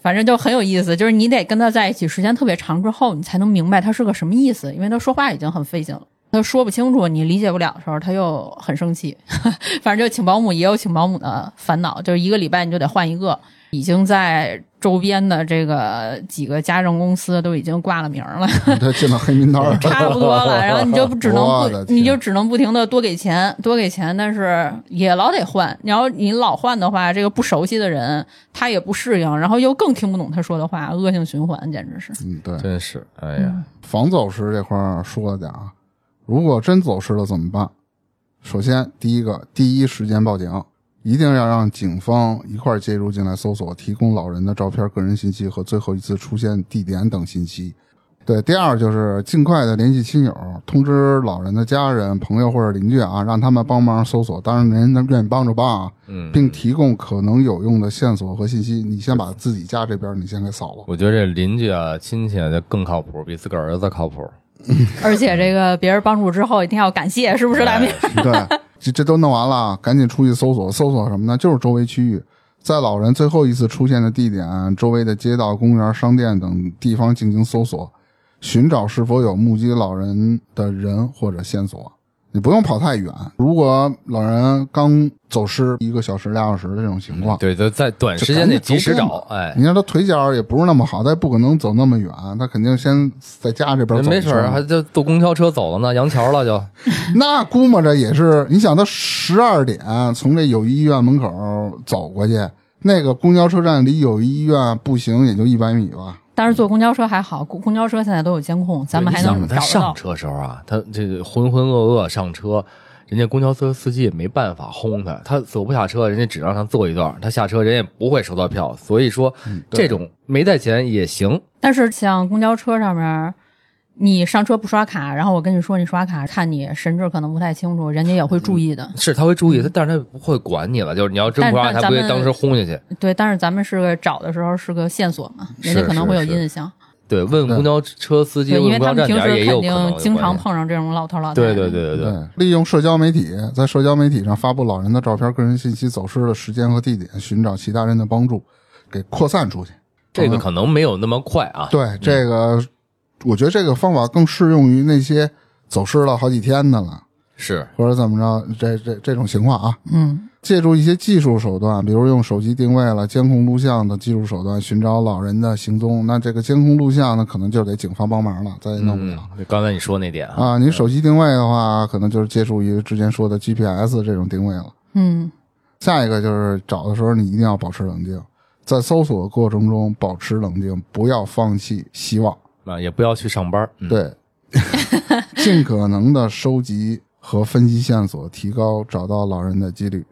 B: 反正就很有意思，就是你得跟他在一起时间特别长之后，你才能明白他是个什么意思，因为他说话已经很费劲了。他说不清楚，你理解不了的时候，他又很生气。 反正就请保姆也有请保姆的烦恼，就是一个礼拜你就得换一个。已经在周边的这个几个家政公司都已经挂了名儿了，，
C: 他啊进了黑名单儿
B: 差不多了，然后你就不只 能
C: 我的
B: 不，
C: 天
B: 你就只能不停的多给钱，多给钱，但是也老得换。然后你老换的话，这个不熟悉的人他也不适应，然后又更听不懂他说的话，恶性循环简 直是。
C: 嗯，对，
A: 真是，哎呀，
C: 防走失这块儿说了点啊，如果真走失了怎么办？首先，第一个，第一时间报警，一定要让警方一块儿介入进来搜索，提供老人的照片、个人信息和最后一次出现地点等信息。对，第二就是尽快的联系亲友，通知老人的家人、朋友或者邻居啊，让他们帮忙搜索。当然，人家愿意帮就帮啊，
A: 嗯，
C: 并提供可能有用的线索和信息。你先把自己家这边儿你先给扫了。
A: 我觉得这邻居啊、亲戚啊就更靠谱，比自个儿儿子靠谱。
B: 而且这个别人帮助之后一定要感谢，是不是
C: 哎
B: 大明？
C: 对，这这都弄完了，赶紧出去搜索，搜索什么呢？就是周围区域，在老人最后一次出现的地点、周围的街道、公园、商店等地方进行搜索，寻找是否有目击老人的人或者线索。你不用跑太远，如果老人刚走失一个小时、俩小时的这种情况，
A: 对，就在短时间内及时找，哎，
C: 你看他腿脚也不是那么好，他也不可能走那么远，他肯定先在家这边走一
A: 没
C: 圈
A: 准儿还就坐公交车走了呢，杨桥了就。
C: 那估摸着也是，你想他十二点从这友谊医院门口走过去，那个公交车站离友谊医院步行也就一百米吧。
B: 但是坐公交车还好，公公交车现在都有监控，咱们还
A: 对
B: 能
A: 你想他
B: 找得到
A: 上。车时候啊，他这个浑浑噩噩上车，人家公交车司机也没办法轰他，他走不下车，人家只让他坐一段，他下车人也不会收到票，所以说、这种没带钱也行。
B: 但是像公交车上面，你上车不刷卡，然后我跟你说你刷卡，看你神志可能不太清楚，人家也会注意的。
A: 是他会注意，他但是他不会管你了，就是你要真不让
B: 但
A: 他，不会
B: 但咱
A: 当
B: 们
A: 时轰下去。
B: 对，但是咱们是个找的时候是个线索嘛，人
A: 是
B: 家可能
A: 是
B: 会有
A: 是
B: 印象，
A: 对，问
C: 对
A: 公交车司机，
B: 对，因
A: 问
B: 为
A: 公
B: 他
A: 交站
B: 们平
A: 点
B: 时
A: 儿也有
B: 肯
A: 可能有
B: 定经常
A: 关系。
B: 碰上这种老头老太
A: 对
B: 太。
A: 对对对对，
C: 利用社交媒体，在社交媒体上发布老人的照片、个人信息、走失的时间和地点，寻找其他人的帮助，给扩散出去。
A: 这个可能没有那么快啊。
C: 对这个，我觉得这个方法更适用于那些走失了好几天的了，
A: 是
C: 或者怎么着，这这这种情况啊。
B: 嗯，
C: 借助一些技术手段，比如用手机定位了、监控录像的技术手段寻找老人的行踪。那这个监控录像呢，可能就得警方帮忙了，咱也弄不
A: 嗯
C: 了。，
A: 刚才你说那点啊，
C: 啊，你手机定位的话，可能就是借助于之前说的 GPS 这种定位了。
B: 嗯，
C: 下一个就是找的时候，你一定要保持冷静，在搜索的过程中保持冷静，不要放弃希望。
A: 啊也不要去上班。嗯，
C: 对， 尽可能的收集和分析线索，提高找到老人的几率。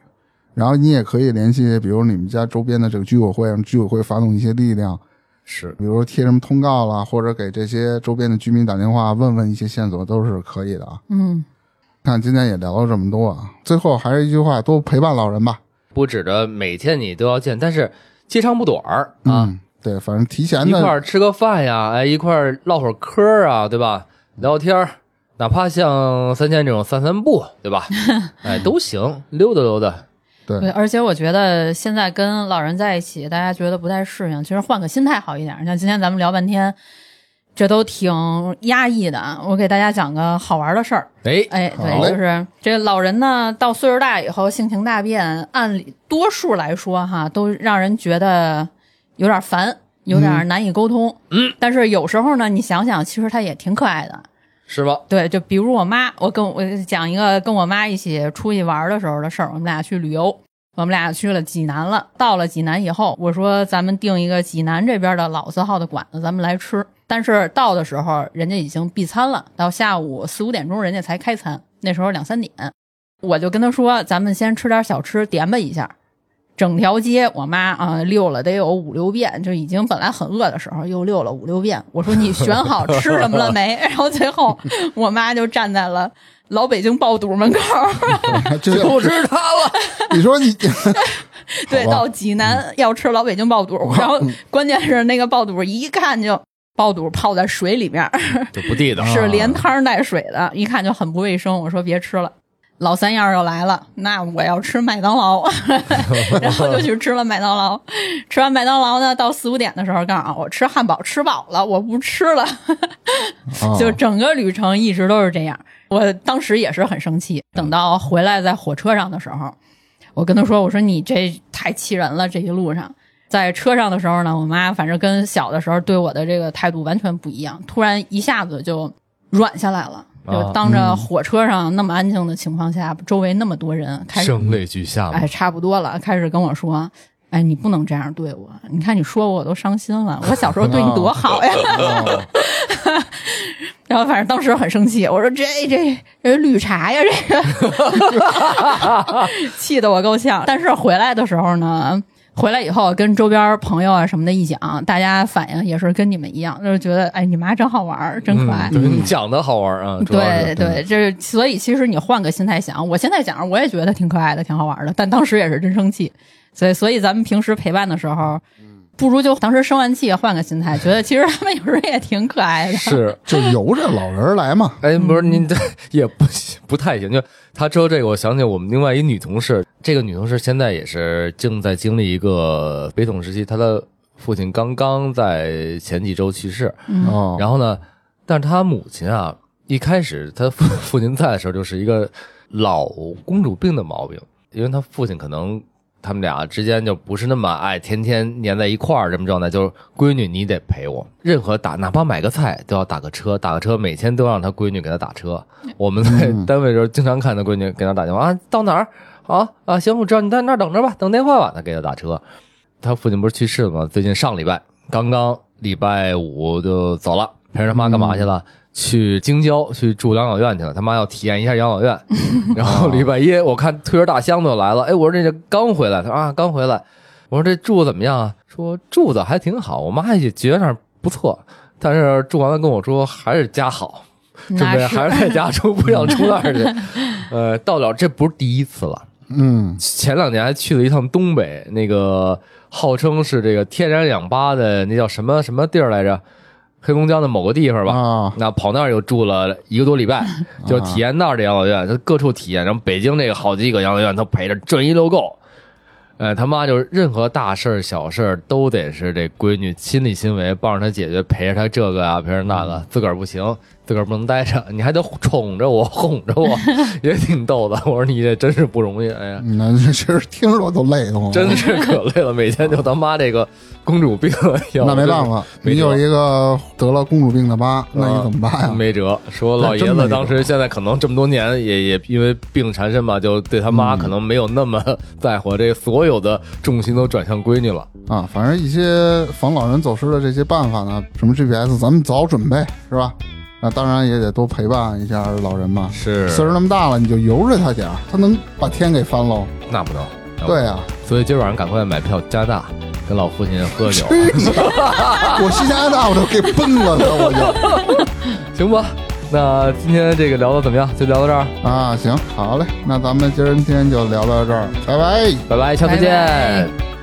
C: 然后你也可以联系，比如你们家周边的这个居委会，让居委会发动一些力量，
A: 是
C: 比如说贴什么通告啦，或者给这些周边的居民打电话问问一些线索，都是可以的啊。
B: 嗯，
C: 看今天也聊了这么多啊，最后还是一句话，多陪伴老人吧。
A: 不指着每天你都要见，但是接长不短儿啊，
C: 嗯，对，反正提前
A: 一块
C: 的
A: 儿吃个饭呀，哎，一块儿唠会儿嗑儿啊，对吧？聊聊天儿，哪怕像三千这种散散步，对吧？哎，都行，溜达溜达。
B: 对，而且我觉得现在跟老人在一起，大家觉得不太适应，其实换个心态好一点。像今天咱们聊半天，这都挺压抑的啊。我给大家讲个好玩的事儿。
A: 哎，
B: 哎，
C: 好嘞
B: 对，就是这老人呢，到岁数大以后性情大变，按理多数来说哈，都让人觉得有点烦，有点难以沟通。嗯，但是有时候呢，你想想，其实他也挺可爱的。
A: 是吧？
B: 对，就比如我妈，我跟我讲一个跟我妈一起出去玩的时候的事儿，我们俩去旅游，我们俩去了济南了。到了济南以后，我说咱们订一个济南这边的老字号的馆子，咱们来吃。但是到的时候，人家已经闭餐了，到下午四五点钟人家才开餐，那时候两三点，我就跟她说，咱们先吃点小吃点吧一下。整条街，我妈啊、溜了得有五六遍，就已经本来很饿的时候又溜了五六遍。我说你选好吃什么了没？ 然后最后我妈就站在了老北京爆肚门口，
C: 就要
A: 吃它了，
C: 你说你
B: 对，
C: 好吧嗯
B: 到济南要吃老北京爆肚，然后关键是那个爆肚一看就爆肚泡在水里面，
A: 就不地道。
B: 是连汤带水的，一看就很不卫生。我说别吃了。老三样又来了，那我要吃麦当劳， 然后就去吃了麦当劳。吃完麦当劳呢，到四五点的时候，告诉啊，我吃汉堡吃饱了，我不吃了。
C: 啊
B: 就整个旅程一直都是这样。我当时也是很生气，等到回来在火车上的时候，我跟他说：“我说你这太气人了，这一路上。”在车上的时候呢，我妈反正跟小的时候对我的这个态度完全不一样，突然一下子就软下来了。
A: 啊
B: 就当着火车上那么安静的情况下，周围那么多人，开始
A: 声泪俱下嘛
B: 嗯哎，，差不多了，开始跟我说，哎，你不能这样对我，你看你说我我都伤心了，我小时候对你多好呀。 然后反正当时很生气，我说这这这绿茶呀，这个 气得我够呛。但是回来的时候呢，回来以后跟周边朋友啊什么的一讲，大家反应也是跟你们一样，就是觉得哎，你妈真好玩儿，真可爱。
A: 嗯对你讲的好玩啊，主要是
B: 嗯对对，这是所以其实你换个心态想，我现在想我也觉得挺可爱的，挺好玩的，但当时也是真生气，所以所以咱们平时陪伴的时候，不如就当时生完气换个心态，觉得其实他们有时候也挺可爱的。
A: 是。
C: 就由着老人儿来嘛。
A: 哎，不是您这也不不太行，就他说这个，我想起我们另外一女同事，这个女同事现在也是正在经历一个悲痛时期，她的父亲刚刚在前几周去世，
C: 哦，
A: 然后呢，但是她母亲啊，一开始她父 父亲在的时候就是一个老公主病的毛病，因为她父亲可能他们俩之间就不是那么爱天天黏在一块儿这么状态，就是闺女你得陪我，任何打哪怕买个菜都要打个车，打个车每天都让她闺女给她打车。我们在单位的时候经常看她闺女给她打电话啊，到哪儿？啊啊，行，我知道你在那儿等着吧，等电话吧。她给她打车，她父亲不是去世了吗？最近上礼拜刚刚礼拜五就走了，陪着他妈干嘛去了？
B: 嗯
A: 去京郊去住养老院去了，他妈要体验一下养老院。 然后礼拜一我看推着大箱子来了，哎，我说这这刚回来，他说啊刚回来，我说这住怎么样啊？说住的还挺好，我妈也觉着不错，但是住完了跟我说还是家好，准
B: 那
A: 备
B: 是
A: 还是在家住，不想出那儿 去。呃，到了这不是第一次了。
C: 嗯，
A: 前两年还去了一趟东北，那个号称是这个天然氧吧的，那叫什么什么地儿来着？黑龙江的某个地方吧。
C: 啊，
A: 那跑那儿又住了一个多礼拜，就体验那儿的养老院，就各处体验。然后北京这个好几个养老院都陪着转一溜够。呃，他妈就是任何大事儿、小事儿都得是这闺女亲力亲为，帮着她解决，陪着她这个啊，陪着那个，自个儿不行，自个儿不能待着，你还得宠着我，哄着我，也挺逗的。我说你这真是不容易，哎呀，
C: 那 这其实听着我都累得慌。
A: 真是可累了，每天就他妈这个公主病，
C: 那没办，法，
A: 没辙啊
C: 你有一个得了公主病的妈，那你怎么办啊呀？
A: 没辙。说老爷
C: 真没
A: 子
C: 辙
A: 当时现在可能这么多年也也因为病缠身吧，就对他妈可能没有那么在乎，这所有的重心都转向闺女了。
C: 啊，反正一些防老人走失的这些办法呢，什么 GPS，咱们早准备是吧？那当然也得多陪伴一下老人嘛。
A: 是
C: 岁数那么大了，你就由着他点儿，他能把天给翻喽。
A: 那不能。
C: 对，啊，
A: 所以今晚上赶快买票加拿大，跟老父亲 喝酒，
C: 我西加拿大我都给崩了他，我就
A: 行吧？那今天这个聊的怎么样？就聊到这儿，
C: 啊，行，好嘞，那咱们今儿今天就聊到这儿，拜拜。
A: 拜拜，下次见。
B: 拜拜